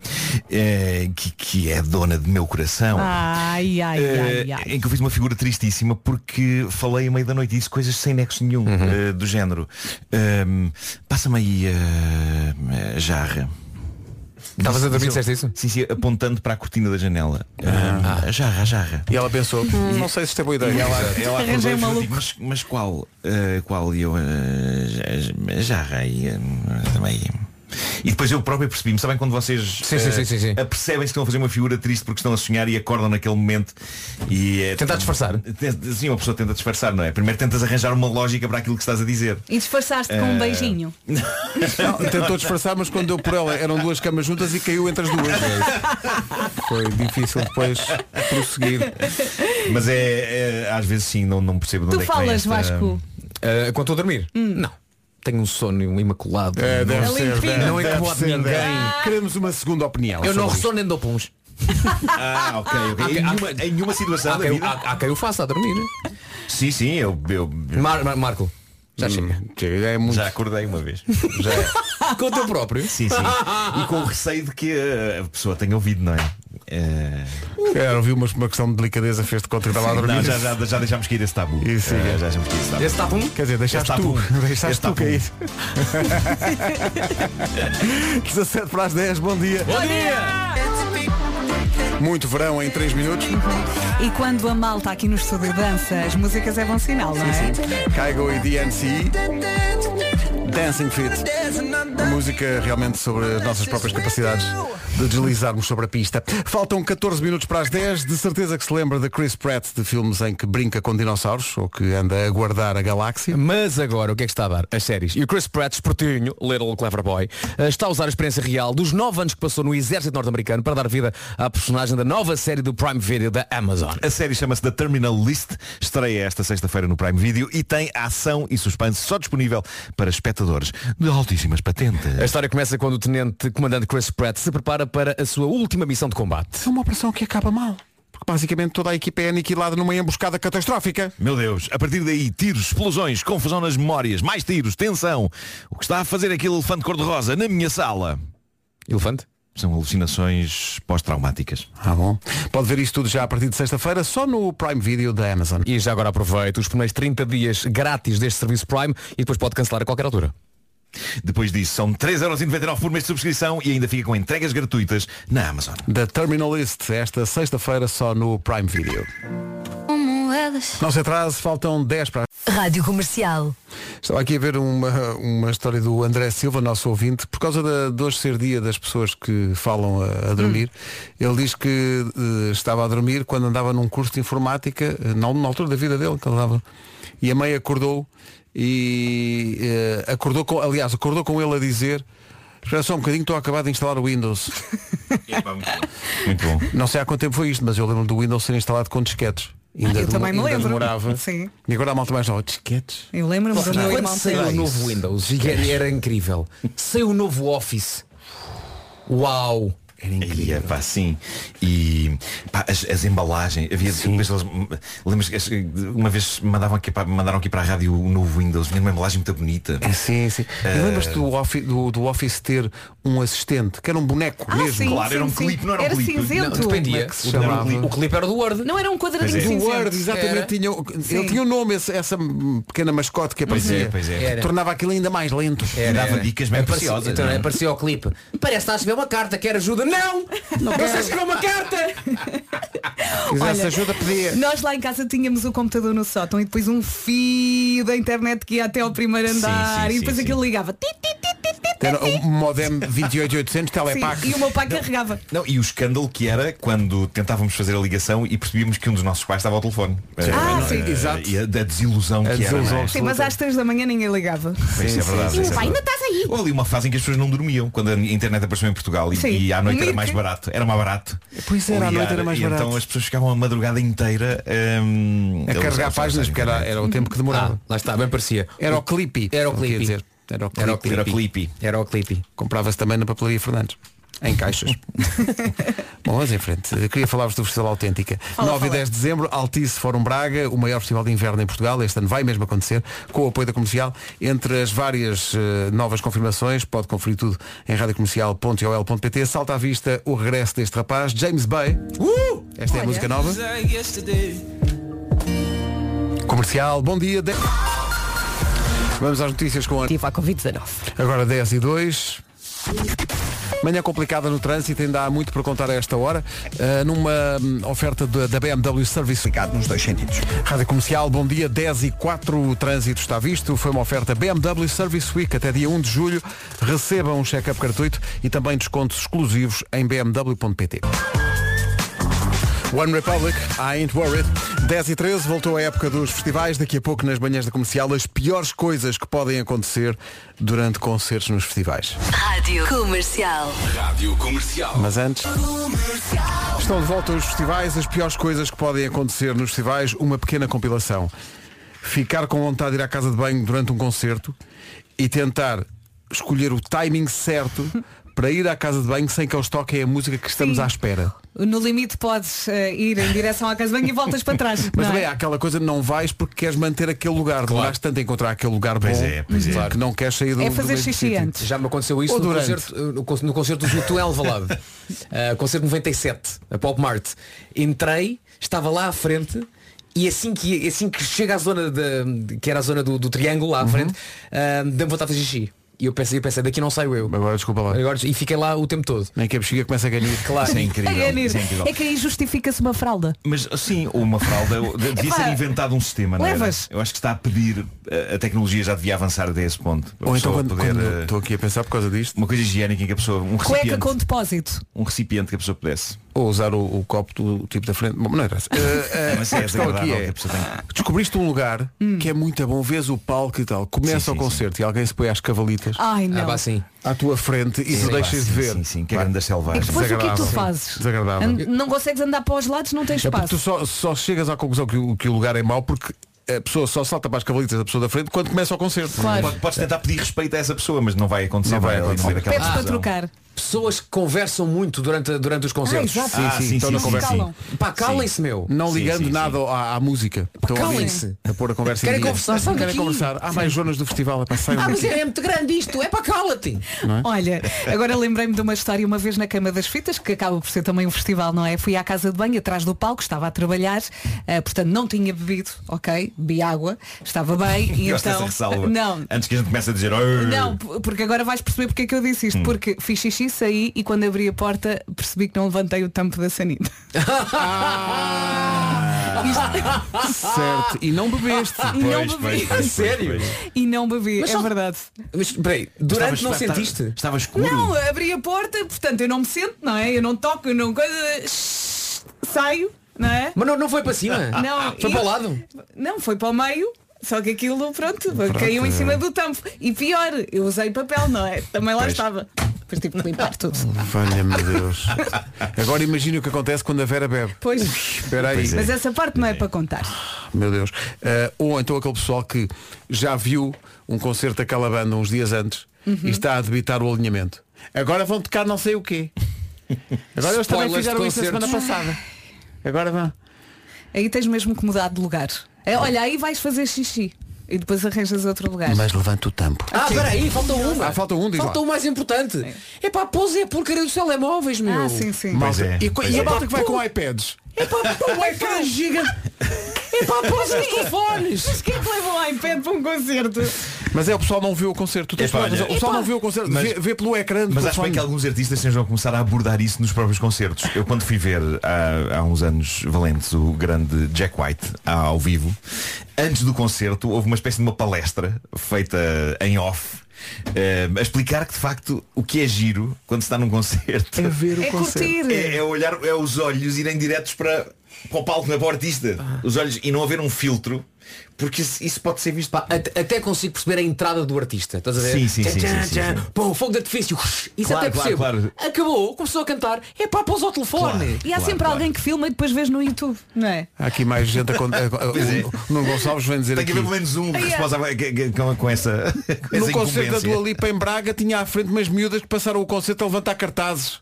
Speaker 8: eh, que, que é dona de meu coração.
Speaker 2: Ah, Ai, ai, ai,
Speaker 8: Eh,
Speaker 2: ai.
Speaker 8: Em que eu fiz uma figura tristíssima porque falei a meio da noite e disse coisas sem nexo nenhum
Speaker 4: Uhum.
Speaker 8: eh, do género. Ehm, Passa-me aí eh, a jarra.
Speaker 4: Estavas a dormir,
Speaker 8: Disse eu-
Speaker 4: disseste isso? Ah.
Speaker 8: Sim, sim, apontando para a cortina da janela. Ehm, a jarra, a jarra.
Speaker 1: E ela pensou, "Hum, não sei se isto é boa ideia.
Speaker 8: E ela,
Speaker 1: Exato.
Speaker 8: ela
Speaker 1: Arranjei
Speaker 8: acordou e
Speaker 1: um
Speaker 8: foi
Speaker 1: maluco.
Speaker 8: tipo, mas, mas qual? Eh, qual? E eu. eh, já- já- jarra aí. eh, também. E depois eu próprio percebi-me, sabem quando vocês
Speaker 4: Sim, sim,
Speaker 8: eh,
Speaker 4: sim, sim, sim.
Speaker 8: apercebem-se que estão a fazer uma figura triste porque estão a sonhar e acordam naquele momento e eh,
Speaker 4: Tentar disfarçar.
Speaker 8: te- Sim, uma pessoa tenta disfarçar, não é? Primeiro tentas arranjar uma lógica para aquilo que estás a dizer.
Speaker 11: E disfarçaste com
Speaker 8: Eh,
Speaker 11: um beijinho.
Speaker 1: Não, tentou disfarçar, mas quando deu por ela eram duas camas juntas e caiu entre as duas. Foi difícil depois prosseguir.
Speaker 8: Mas é, é, às vezes sim, não, não percebo de
Speaker 2: Tu
Speaker 8: onde é que vem
Speaker 2: falas,
Speaker 8: esta...
Speaker 2: Vasco?
Speaker 4: Eh, quando estou a dormir? Não. Tenho um sono imaculado.
Speaker 1: É, deve
Speaker 4: não,
Speaker 1: ser, deve-
Speaker 4: não
Speaker 1: deve
Speaker 4: incomodo
Speaker 1: ser,
Speaker 4: ninguém.
Speaker 1: deve. Queremos uma segunda opinião.
Speaker 4: Eu não
Speaker 1: sobre isto.
Speaker 4: ressono nem dou puns.
Speaker 8: Ah, ok, ok.
Speaker 4: Há
Speaker 8: Em
Speaker 4: quem- há
Speaker 8: nenhuma, em nenhuma situação
Speaker 4: Há
Speaker 8: da
Speaker 4: quem,
Speaker 8: vida.
Speaker 4: há- há quem o faça a dormir.
Speaker 8: Sim, sim, eu, eu
Speaker 4: Mar- Mar- Marco, já chega. Ah,
Speaker 1: Chega, é muito-
Speaker 8: já acordei uma vez.
Speaker 4: Com o teu próprio.
Speaker 8: Sim, sim. E com o receio de que eh, a pessoa tenha ouvido, não é? Eh,
Speaker 1: Era, ouvi uma, uma questão de delicadeza, fez de conta que estava a dormir.
Speaker 8: não, já, já, já deixámos que ir esse tabu.
Speaker 1: E siga.
Speaker 8: Eh, já deixámos que ir esse tabu.
Speaker 4: Esse tá está pum?
Speaker 1: Quer dizer, deixaste
Speaker 8: Este
Speaker 1: tu,
Speaker 8: está bom.
Speaker 1: deixaste
Speaker 8: Este
Speaker 1: tu é
Speaker 8: está
Speaker 1: cair. 17 para as 10, bom dia. Bom dia! Muito verão em 3 minutos.
Speaker 2: E quando a malta aqui no estúdio dança, as músicas é bom sinal, não é?
Speaker 1: Caigo e DNC. Dancing Fit. Uma música realmente sobre as nossas próprias capacidades de deslizarmos sobre a pista. Faltam 14 minutos para as 10. De certeza que se lembra de Chris Pratt de filmes em que brinca com dinossauros ou que anda a guardar a galáxia.
Speaker 4: Mas agora o que é que está a dar? As séries. E o Chris Pratt, espertinho, Little Clever Boy, eh, está a usar a experiência real dos 9 anos que passou no exército norte-americano para dar vida à personagem da nova série do Prime Video da Amazon.
Speaker 8: A série chama-se The Terminal List, estreia esta sexta-feira no Prime Video e tem ação e suspense só disponível para espectadores de altíssimas patentes.
Speaker 4: A história começa quando o tenente comandante Chris Pratt se prepara para a sua última missão de combate.
Speaker 1: É uma operação que acaba mal. Porque basicamente toda a equipa é aniquilada numa emboscada catastrófica.
Speaker 8: Meu Deus, a partir daí, tiros, explosões, confusão nas memórias, mais tiros, tensão. O que está a fazer aquele elefante cor-de-rosa na minha sala?
Speaker 4: Elefante?
Speaker 8: São alucinações pós-traumáticas.
Speaker 1: Ah bom. Pode ver isto tudo já a partir de sexta-feira, só no Prime Video da Amazon.
Speaker 4: E já agora aproveito os primeiros 30 dias grátis deste serviço Prime e depois pode cancelar a qualquer altura.
Speaker 8: Depois disso, são 3,99€ por mês de subscrição e ainda fica com entregas gratuitas na Amazon.
Speaker 1: Da Terminalist, esta sexta-feira só no Prime Video. Não se atrase, faltam 10 para.
Speaker 7: Rádio Comercial.
Speaker 1: Estava aqui a ver uma, uma história do André Silva, nosso ouvinte, por causa da, de hoje ser dia das pessoas que falam a, a dormir. Ele diz que eh, estava a dormir quando andava num curso de informática, eh, na, na altura da vida dele, que ele dava. E a mãe acordou e eh, acordou com, aliás, acordou com ele a dizer, espera só um bocadinho, estou a acabar de instalar o Windows.
Speaker 8: É Muito bom.
Speaker 1: Não sei há quanto tempo foi isto, mas eu lembro do Windows ser instalado com disquetes. Ainda
Speaker 2: Ah, eu
Speaker 1: demo-
Speaker 2: também me
Speaker 1: ainda
Speaker 2: lembro.
Speaker 1: Demorava.
Speaker 2: Sim.
Speaker 1: E agora a malta mais nova, disquetes?
Speaker 2: Eu lembro-me do meu
Speaker 4: Quando
Speaker 2: irmão ter
Speaker 4: saiu o novo Windows, e era, era incrível. Saiu o novo Office. Uau!
Speaker 1: Era
Speaker 8: E, é, pá, sim. E pá, as, as embalagens. Havia depois eles- lembras que as- uma vez mandavam aqui para, mandaram aqui para a rádio o novo Windows, vinha uma embalagem muito bonita.
Speaker 1: É, Sim, sim.
Speaker 8: Eh,
Speaker 1: E lembras-te do office, do, do office ter um assistente, que era um boneco
Speaker 2: Ah,
Speaker 1: mesmo?
Speaker 2: sim,
Speaker 8: Claro, era um
Speaker 2: sim, sim.
Speaker 8: clipe, não era um clipe.
Speaker 2: cinzento.
Speaker 4: Não, dependia.
Speaker 1: é que se
Speaker 4: O- não,
Speaker 1: chamava?
Speaker 4: o clipe- o clipe era do Word.
Speaker 2: Não era um quadradinho
Speaker 8: Pois é.
Speaker 1: O
Speaker 2: cinzento.
Speaker 1: Word,
Speaker 4: Era.
Speaker 1: exatamente, tinha,
Speaker 2: Sim.
Speaker 1: ele tinha um nome, esse- essa pequena mascote que
Speaker 8: Pois
Speaker 1: aparecia.
Speaker 8: é, pois é.
Speaker 4: Era.
Speaker 1: Tornava aquilo ainda mais lento.
Speaker 8: E dava dicas bem
Speaker 4: Aparecia-
Speaker 8: preciosas.
Speaker 4: Então,
Speaker 8: não é?
Speaker 4: aparecia o clipe. Parece que está a escrever uma carta, quer ajuda. Não! Não quero. escrever uma carta!
Speaker 1: Quisesse ajuda, pedia.
Speaker 2: Nós lá em casa tínhamos o computador no sótão e depois um fio da internet que ia até ao primeiro
Speaker 8: Sim,
Speaker 2: andar
Speaker 8: sim,
Speaker 2: e depois
Speaker 8: sim,
Speaker 2: aquilo
Speaker 8: sim.
Speaker 2: ligava. Ti, ti, ti, ti, ti, ti,
Speaker 1: Era um modem 28800
Speaker 2: é sim.
Speaker 1: telepac.
Speaker 2: E um o meu pai carregava.
Speaker 8: Não, e o escândalo que era quando tentávamos fazer a ligação e percebíamos que um dos nossos pais estava ao telefone.
Speaker 2: Ah,
Speaker 8: Eh,
Speaker 2: sim.
Speaker 8: eh,
Speaker 1: Exato.
Speaker 8: E a, da desilusão
Speaker 1: A
Speaker 8: que era. não é?
Speaker 1: desilusão
Speaker 2: Sim, mas às três da manhã ninguém ligava.
Speaker 8: Pois, isso é verdade, isso é verdade.
Speaker 2: estás aí.
Speaker 8: Houve ali uma fase em que as pessoas não dormiam quando a internet apareceu em Portugal
Speaker 2: Sim.
Speaker 8: e, e à noite era
Speaker 2: Mica.
Speaker 8: mais barato. Era mais barato.
Speaker 1: Pois era, à noite era mais
Speaker 8: e
Speaker 1: barato.
Speaker 8: Então as pessoas ficavam a madrugada inteira hum,
Speaker 1: a carregar
Speaker 8: usar- usar
Speaker 1: páginas, porque era,
Speaker 8: internet.
Speaker 1: era
Speaker 2: Uhum.
Speaker 1: o tempo que
Speaker 4: Ah,
Speaker 1: demorava.
Speaker 4: lá está, bem parecia.
Speaker 1: Era o clipe.
Speaker 4: Era o
Speaker 1: ele queria
Speaker 4: clipe.
Speaker 1: dizer. Era o
Speaker 4: Era o
Speaker 1: clipe.
Speaker 4: clipe.
Speaker 8: Era o clipe.
Speaker 4: Era o clipe.
Speaker 1: Comprava-se também na papelaria Fernandes. Em caixas. Bom, vamos em frente. Eu queria falar-vos do Festival Autêntica. 9 e 10 de dezembro, Altice Fórum Braga, o maior festival de inverno em Portugal. Este ano vai mesmo acontecer, com o apoio da comercial. Entre as várias eh, novas confirmações, pode conferir tudo em radiocomercial.ol.pt. Salta à vista o regresso deste rapaz, James Bay. Esta é a música nova. Comercial, bom dia. De- Vamos às notícias com a...
Speaker 2: Tive a Covid-19.
Speaker 1: Agora 10 e 2. Manhã complicada no trânsito, ainda há muito para contar a esta hora, eh, numa hum, oferta da da BMW Service. Complicado nos dois sentidos. Rádio Comercial, bom dia, 10 e 4, o trânsito está visto. Foi uma oferta BMW Service Week até dia 1 de julho. Recebam um check-up gratuito e também descontos exclusivos em bmw.pt. One Republic, I ain't worried. 10 e 13, voltou a época dos festivais. Daqui a pouco, nas manhãs da comercial, as piores coisas que podem acontecer durante concertos nos festivais.
Speaker 12: Rádio Comercial.
Speaker 6: Rádio Comercial.
Speaker 1: Mas antes. Estão de volta os festivais, as piores coisas que podem acontecer nos festivais, uma pequena compilação. Ficar com vontade de ir à casa de banho durante um concerto e tentar escolher o timing certo para ir à casa de banho sem que eles toquem a música que estamos à espera.
Speaker 2: No limite podes eh, ir em direção à casa de banho e voltas para trás.
Speaker 1: Mas
Speaker 2: não
Speaker 1: também
Speaker 2: é?
Speaker 1: há aquela coisa de não vais porque queres manter aquele lugar. Demoraste tanto a encontrar aquele lugar
Speaker 8: Pois
Speaker 1: bom
Speaker 8: é, pois é.
Speaker 1: que não queres sair do
Speaker 2: É
Speaker 1: do
Speaker 2: fazer
Speaker 1: mesmo
Speaker 2: xixi
Speaker 1: sítio.
Speaker 2: antes.
Speaker 4: Já me aconteceu isso
Speaker 1: Ou
Speaker 4: no
Speaker 1: durante.
Speaker 4: concerto, eh, no, con- no concerto do Tu Alvalade. Eh, concerto 97, a Pop Mart. Entrei, estava lá à frente e assim que, assim que chega à zona da que era a zona do, do triângulo
Speaker 1: Uhum.
Speaker 4: lá à frente, eh, deu-me vontade de fazer xixi. E eu pensei, eu pensei, daqui não saio eu.
Speaker 1: Agora desculpa lá.
Speaker 4: Agora, e fiquei lá o tempo todo.
Speaker 1: Nem que a bexiga comece a ganhar.
Speaker 4: Claro.
Speaker 8: Isso é incrível.
Speaker 2: É, Nir,
Speaker 8: Isso é incrível.
Speaker 2: é que aí justifica-se uma fralda.
Speaker 8: Mas sim, uma fralda. eu- de- Devia
Speaker 2: Epá,
Speaker 8: ser inventado um sistema, não era?
Speaker 2: levas.
Speaker 8: Eu acho que está a pedir. eh, a- A tecnologia já devia avançar até esse ponto. A
Speaker 1: Ou então
Speaker 8: pessoa
Speaker 1: quando
Speaker 8: poder,
Speaker 1: quando
Speaker 8: eh,
Speaker 1: eu estou aqui a pensar por causa disto,
Speaker 8: Uma coisa higiênica em que a pessoa. Um
Speaker 2: Cueca
Speaker 8: recipiente,
Speaker 2: com depósito.
Speaker 8: um recipiente que a pessoa pudesse.
Speaker 1: ou usar o, o copo do tipo da frente. Bom, não interessa. Eh, eh,
Speaker 8: Não, mas
Speaker 1: a
Speaker 8: é
Speaker 1: questão aqui
Speaker 8: desagradável
Speaker 1: é,
Speaker 8: que a pessoa tenha-
Speaker 1: descobriste um lugar
Speaker 4: Hum.
Speaker 1: que é muito bom, vês o palco e tal,
Speaker 8: Sim,
Speaker 1: começa
Speaker 8: sim,
Speaker 1: o concerto e alguém se põe às cavalitas
Speaker 2: Ai não.
Speaker 4: Ah, pá, sim.
Speaker 1: à tua frente e tu
Speaker 8: Sim,
Speaker 1: deixas de
Speaker 8: sim,
Speaker 1: ver.
Speaker 8: Sim, sim, que é
Speaker 1: Pá,
Speaker 8: grande
Speaker 2: E
Speaker 8: selvagem.
Speaker 2: depois o que é que tu
Speaker 1: Desagradável.
Speaker 2: fazes?
Speaker 1: Desagradável.
Speaker 2: An- Não consegues andar para os lados, não tens
Speaker 1: É porque
Speaker 2: espaço.
Speaker 1: tu só, só chegas à conclusão que o, que o lugar é mau porque a pessoa só salta para as cavalitas da pessoa da frente quando começa o concerto.
Speaker 2: Claro.
Speaker 8: Pode- Podes tentar pedir respeito a essa pessoa, mas não vai acontecer.
Speaker 1: Não vai
Speaker 8: ali no meio
Speaker 1: acontecer.
Speaker 8: daquela
Speaker 2: Pedes para
Speaker 8: confusão.
Speaker 2: trocar.
Speaker 4: Pessoas que conversam muito durante, durante os concertos.
Speaker 2: exato.
Speaker 8: Ah, sim, sim,
Speaker 1: estão na
Speaker 8: sim,
Speaker 1: conversa.
Speaker 8: sim.
Speaker 2: Calam.
Speaker 4: Pá, calem-se, meu.
Speaker 1: Não
Speaker 8: Sim,
Speaker 1: ligando
Speaker 8: sim,
Speaker 1: nada À, à música. Estão a
Speaker 4: calem-se.
Speaker 1: ouvir, A pôr a conversa em
Speaker 4: Querem
Speaker 1: dia.
Speaker 4: conversar, saem
Speaker 1: Querem
Speaker 4: daqui.
Speaker 1: conversar. Há mais Jonas do festival. É para sair
Speaker 4: Ah,
Speaker 1: daqui.
Speaker 4: mas é muito grande isto, é para cala-te.
Speaker 2: Olha, agora lembrei-me de uma história uma vez na Cama das Fitas, que acaba por ser também um festival, não é? Fui à casa de banho, atrás do palco, estava a trabalhar, eh, portanto não tinha bebido, ok? Bebi água, estava bem e
Speaker 8: Gosto dessa
Speaker 2: então.
Speaker 8: ressalva.
Speaker 2: Não,
Speaker 8: Antes que a gente comece a dizer. "Arr".
Speaker 2: não, p- porque agora vais perceber porque é que eu disse isto. Porque fiz xixi, saí e quando abri a porta percebi que não levantei o tampo da sanita.
Speaker 1: Certo. E não bebeste.
Speaker 4: Ah,
Speaker 2: E não
Speaker 8: Pois, pois, pois,
Speaker 2: bebi.
Speaker 8: pois,
Speaker 4: Sério?
Speaker 8: pois.
Speaker 2: E não bebi,
Speaker 4: Mas
Speaker 2: é
Speaker 4: só-
Speaker 2: verdade.
Speaker 4: Mas peraí, durante
Speaker 8: Estavas-
Speaker 4: não
Speaker 8: estava-
Speaker 4: sentiste?
Speaker 8: Estava escuro.
Speaker 2: Não, abri a porta, portanto eu não me sento, não é? Eu não toco, eu não coisa. Saio, não é?
Speaker 4: Mas não, não foi para cima?
Speaker 2: Não,
Speaker 4: Foi
Speaker 2: e-
Speaker 4: para o lado?
Speaker 2: Não, foi para o meio. Só que aquilo, pronto, caiu em cima do tampo. E pior, eu usei papel, não é? Também lá
Speaker 8: Pois.
Speaker 2: estava. Depois tive que limpar tudo.
Speaker 1: Valha-me Deus. Agora imagina o que acontece quando a Vera bebe.
Speaker 2: Pois.
Speaker 1: Espera aí.
Speaker 2: Mas essa parte não é para contar.
Speaker 1: Meu Deus. Eh, ou então aquele pessoal que já viu um concerto daquela banda uns dias antes
Speaker 2: Uhum.
Speaker 1: e está a debitar o alinhamento. Agora vão tocar não sei o quê. Agora eles também
Speaker 4: Spoilers de
Speaker 1: fizeram isso na
Speaker 4: concertos.
Speaker 1: semana passada. Agora vão.
Speaker 2: Aí tens mesmo que mudar de lugar. É, olha, aí vais fazer xixi. E depois arranjas outro lugar.
Speaker 1: Mas levanta o tampo.
Speaker 4: Ah, peraí, falta uma.
Speaker 1: Ah, falta um, diz
Speaker 4: Falta
Speaker 1: lá.
Speaker 4: o mais importante. É pá, pôs é a porcaria dos telemóveis, meu.
Speaker 2: Ah, sim, sim.
Speaker 1: Malta,
Speaker 8: é,
Speaker 1: e, co-
Speaker 8: pois
Speaker 1: e
Speaker 8: é.
Speaker 1: a malta que vai com iPads?
Speaker 4: É pá, pô, o ecrã gigante. É pá, pôs os telefones.
Speaker 2: Mas quem é que leva um iPad para um concerto?
Speaker 1: Mas é o pessoal não vê o concerto. Tu tens
Speaker 8: Epá,
Speaker 1: toda a razão.
Speaker 8: olha,
Speaker 1: o pessoal
Speaker 4: epá.
Speaker 1: não vê o concerto.
Speaker 8: Mas-
Speaker 1: vê, vê pelo ecrã. do
Speaker 8: Mas acho
Speaker 1: telefone.
Speaker 8: bem que alguns artistas sejam a começar a abordar isso nos próprios concertos. Eu quando fui ver ah, há, há uns anos valentes o grande Jack White ah, ao vivo, antes do concerto houve uma espécie de uma palestra feita em off. eh, a explicar que de facto o que é giro quando se está num concerto
Speaker 1: É
Speaker 7: um
Speaker 1: ver o
Speaker 2: É
Speaker 1: concerto.
Speaker 2: curtir.
Speaker 8: é, é olhar, é os olhos irem diretos para, para o palco, não é para o artista. Os olhos e não haver um filtro, porque isso, isso pode ser visto.
Speaker 4: Pá, at- até consigo perceber a entrada do artista. Estás a ver?
Speaker 8: Sim, sim,
Speaker 4: Tchan,
Speaker 8: sim,
Speaker 4: tchan,
Speaker 8: sim, sim,
Speaker 4: tchan.
Speaker 8: sim.
Speaker 4: Pô, fogo de artifício. Isso
Speaker 8: Claro,
Speaker 4: até percebo.
Speaker 8: claro, claro.
Speaker 4: Acabou, começou a cantar. É pá, pôs ao telefone.
Speaker 2: E há
Speaker 8: Claro,
Speaker 2: sempre
Speaker 8: claro.
Speaker 2: alguém que filma e depois vês no YouTube, não é?
Speaker 1: Há aqui mais gente a contar. O Nuno Gonçalves vem dizer
Speaker 8: é. Tem que
Speaker 1: aqui.
Speaker 8: haver pelo menos um
Speaker 2: Ah, é.
Speaker 8: responsável que- que- com, com essa. Com essa
Speaker 1: No concerto da
Speaker 8: incumbência.
Speaker 1: Dua Lipa em Braga tinha à frente umas miúdas que passaram o concerto a levantar cartazes.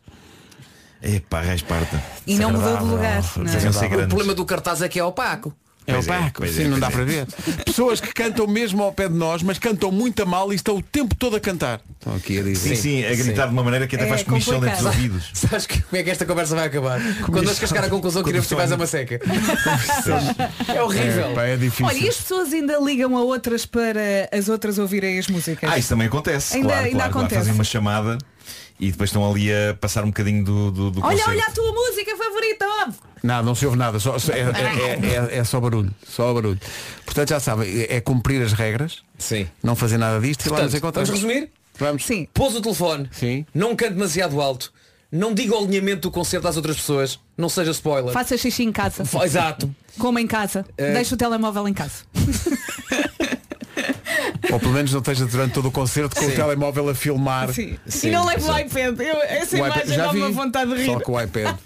Speaker 8: Epá, resparta.
Speaker 2: E não mudou de
Speaker 8: Desagradável.
Speaker 2: lugar, não é?
Speaker 8: Deviam ser
Speaker 4: O
Speaker 8: grandes.
Speaker 4: problema do cartaz é que é opaco.
Speaker 1: É
Speaker 8: Pois é,
Speaker 1: opaco,
Speaker 8: pois
Speaker 1: sim,
Speaker 8: é,
Speaker 1: não
Speaker 8: pois
Speaker 1: dá
Speaker 8: é.
Speaker 1: para ver. Pessoas que cantam mesmo ao pé de nós, mas cantam muito a mal e estão o tempo todo a cantar. Estão aqui a dizer.
Speaker 8: Sim, sim, a gritar de uma maneira que até
Speaker 2: É
Speaker 8: faz comichão dentro dos
Speaker 2: complicado.
Speaker 8: ouvidos.
Speaker 4: Sabes que- como é que esta conversa vai acabar? Quando nós chegar à conclusão é que
Speaker 1: Quando
Speaker 4: iremos festivais é uma seca. é horrível.
Speaker 1: É, pá, é difícil.
Speaker 2: Olha, e as pessoas ainda ligam a outras para as outras ouvirem as músicas.
Speaker 8: Ah, isso também acontece.
Speaker 2: Ainda-
Speaker 8: claro,
Speaker 2: ainda
Speaker 8: claro, claro.
Speaker 2: acontece.
Speaker 8: Fazem uma chamada e depois estão ali a passar um bocadinho do, do, do
Speaker 2: Olha,
Speaker 8: concerto.
Speaker 2: olha a tua música favorita, óbvio.
Speaker 1: Não, não se ouve nada, só, só- é, é- é- é só barulho. Só barulho. Portanto, já sabem, é cumprir as regras,
Speaker 4: Sim.
Speaker 1: não fazer nada disto e lá
Speaker 4: Portanto,
Speaker 1: nos encontramos.
Speaker 4: vamos resumir?
Speaker 1: Vamos.
Speaker 2: Sim.
Speaker 4: Pôs o telefone.
Speaker 1: Sim.
Speaker 4: Não cante demasiado alto. Não diga o alinhamento do concerto às outras pessoas. Não seja spoiler.
Speaker 2: Faça xixi em casa.
Speaker 4: Fa- Exato.
Speaker 2: Coma em casa.
Speaker 4: É.
Speaker 2: Deixa o telemóvel em casa.
Speaker 1: Ou pelo menos não esteja durante todo o concerto com o telemóvel a filmar.
Speaker 2: Sim. e Assim, não levo o iPad. Eu- essa
Speaker 1: O iPad-
Speaker 2: imagem
Speaker 1: já
Speaker 2: dá uma
Speaker 1: vi.
Speaker 2: vontade de
Speaker 1: Só
Speaker 2: rir.
Speaker 1: com o iPad.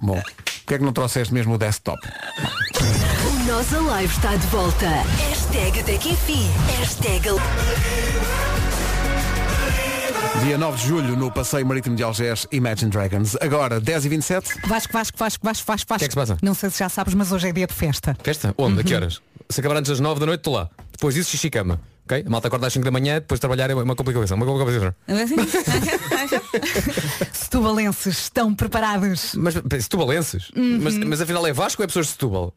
Speaker 1: Bom, porquê é que não trouxeste mesmo o desktop?
Speaker 12: O Nós Alive está de volta. Hashtag até que enfim. Hashtag...
Speaker 1: Dia 9 de julho, no Passeio Marítimo de Algés, Imagine Dragons. Agora, 10h27.
Speaker 2: Vasco, Vasco, Vasco, Vasco, Vasco, Vasco.
Speaker 4: que é que se passa?
Speaker 2: Não sei se já sabes, mas hoje é dia de festa.
Speaker 4: Festa? Onde? A que horas? Se acabar antes das 9 da noite, estou lá. Depois disso, xixi cama. Ok? A malta acorda às 5 da manhã, depois de trabalhar é uma complicação. Uma complicação.
Speaker 2: Não é assim? Setubalenses estão preparados.
Speaker 4: Mas pá, setubalenses? Mas, mas afinal é Vasco ou é pessoas de Setúbal?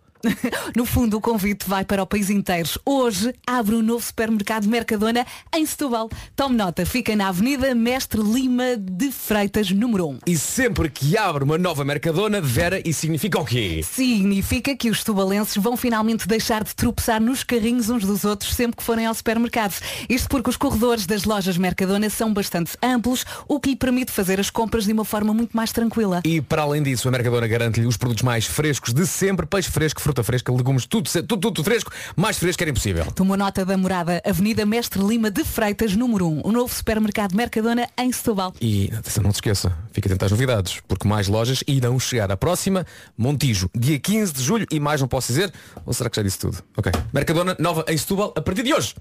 Speaker 2: No fundo, o convite vai para o país inteiro. Hoje abre o novo supermercado Mercadona em Setúbal. Tome nota, fica na Avenida Mestre Lima de Freitas, número 1.
Speaker 4: E sempre que abre uma nova mercadona, Vera, isso significa o quê?
Speaker 2: Significa que os tubalenses vão finalmente deixar de tropeçar nos carrinhos uns dos outros sempre que forem ao supermercado. Isto porque os corredores das lojas Mercadona são bastante amplos, o que lhe permite fazer as compras de uma forma muito mais tranquila.
Speaker 4: E para além disso, a Mercadona garante-lhe os produtos mais frescos de sempre, peixe fresco, fruta fresca, legumes, tudo, se- tudo, tudo fresco, mais fresco era impossível.
Speaker 2: Tomou nota da morada Avenida Mestre Lima de Freitas, número 1, o novo supermercado Mercadona em Setúbal.
Speaker 4: E atenção, não se esqueça, fica atento às novidades, porque mais lojas irão chegar. A próxima, Montijo, dia 15 de julho, e mais não posso dizer, ou será que já disse tudo? Ok. Mercadona nova em Setúbal, a partir de hoje.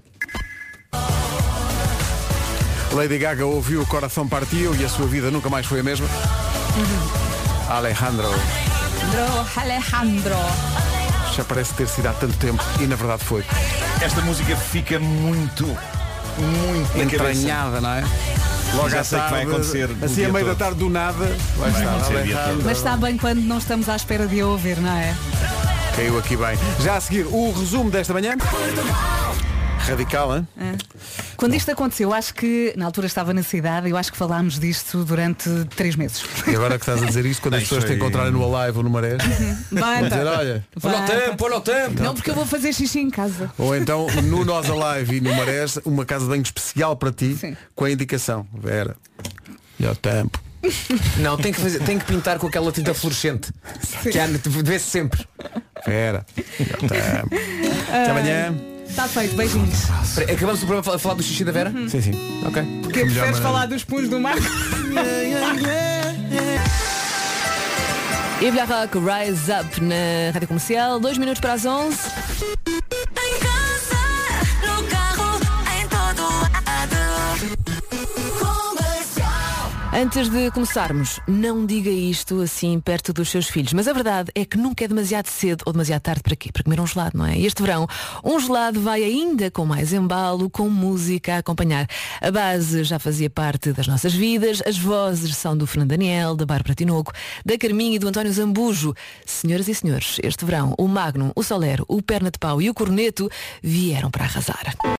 Speaker 1: Lady Gaga ouviu o coração partiu e a sua vida nunca mais foi a mesma. Alejandro,
Speaker 2: Alejandro.
Speaker 1: já parece ter sido há tanto tempo e na verdade foi.
Speaker 8: Esta música fica muito, muito na
Speaker 1: Entranhada, não é?
Speaker 8: Logo já sei que vai acontecer. o
Speaker 1: Assim
Speaker 8: dia
Speaker 1: a meio da
Speaker 8: todo.
Speaker 1: tarde do nada. Vai
Speaker 8: Vai
Speaker 1: estar
Speaker 8: acontecer o dia
Speaker 1: Alejandro.
Speaker 8: todo.
Speaker 2: Mas está bem quando não estamos à espera de a ouvir, não é?
Speaker 1: Caiu aqui bem. Já a seguir, o resumo desta manhã. Radical, hein?
Speaker 2: Quando isto aconteceu, acho que na altura estava na cidade, eu acho que falámos disto durante três meses.
Speaker 1: E agora que estás a dizer isto, quando as
Speaker 8: Não,
Speaker 1: pessoas
Speaker 8: isso
Speaker 1: te
Speaker 8: aí-
Speaker 1: encontrarem no Alive ou no Marés,
Speaker 2: Vai,
Speaker 1: vão
Speaker 2: então.
Speaker 1: dizer, olha.
Speaker 4: Olha o
Speaker 2: Vai.
Speaker 4: tempo, olha o tempo.
Speaker 2: Não, porque eu vou fazer xixi em casa.
Speaker 1: Ou então, no Nós Alive e no Marés, uma casa de banho especial para ti,
Speaker 2: Sim.
Speaker 1: com a indicação, Vera. E ao tempo.
Speaker 4: Não, tem que, fazer, tem que pintar com aquela tinta fluorescente. Que há, vê-se sempre.
Speaker 1: Vera. E ao tempo. Até amanhã.
Speaker 2: Está feito, beijinhos.
Speaker 4: Espera, Acabamos o programa a falar do xixi da Vera?
Speaker 1: Sim, sim.
Speaker 4: Ok.
Speaker 2: Porque preferes falar dos punhos do Marco? Ibla Rock Rise Up na Rádio Comercial, dois minutos para as 11.
Speaker 12: Em casa, no carro, em todo lado. Comercial.
Speaker 7: Antes de começarmos, não diga isto assim perto dos seus filhos, mas a verdade é que nunca é demasiado cedo ou demasiado tarde para quê? Para comer um gelado, não é? E Este verão, um gelado vai ainda com mais embalo, com música a acompanhar. A base já fazia parte das nossas vidas, as vozes são do Fernando Daniel, da Bárbara Tinoco, da Carminha e do António Zambujo. Senhoras e senhores, este verão, o Magnum, o Soler, o Perna de Pau e o Corneto vieram para arrasar.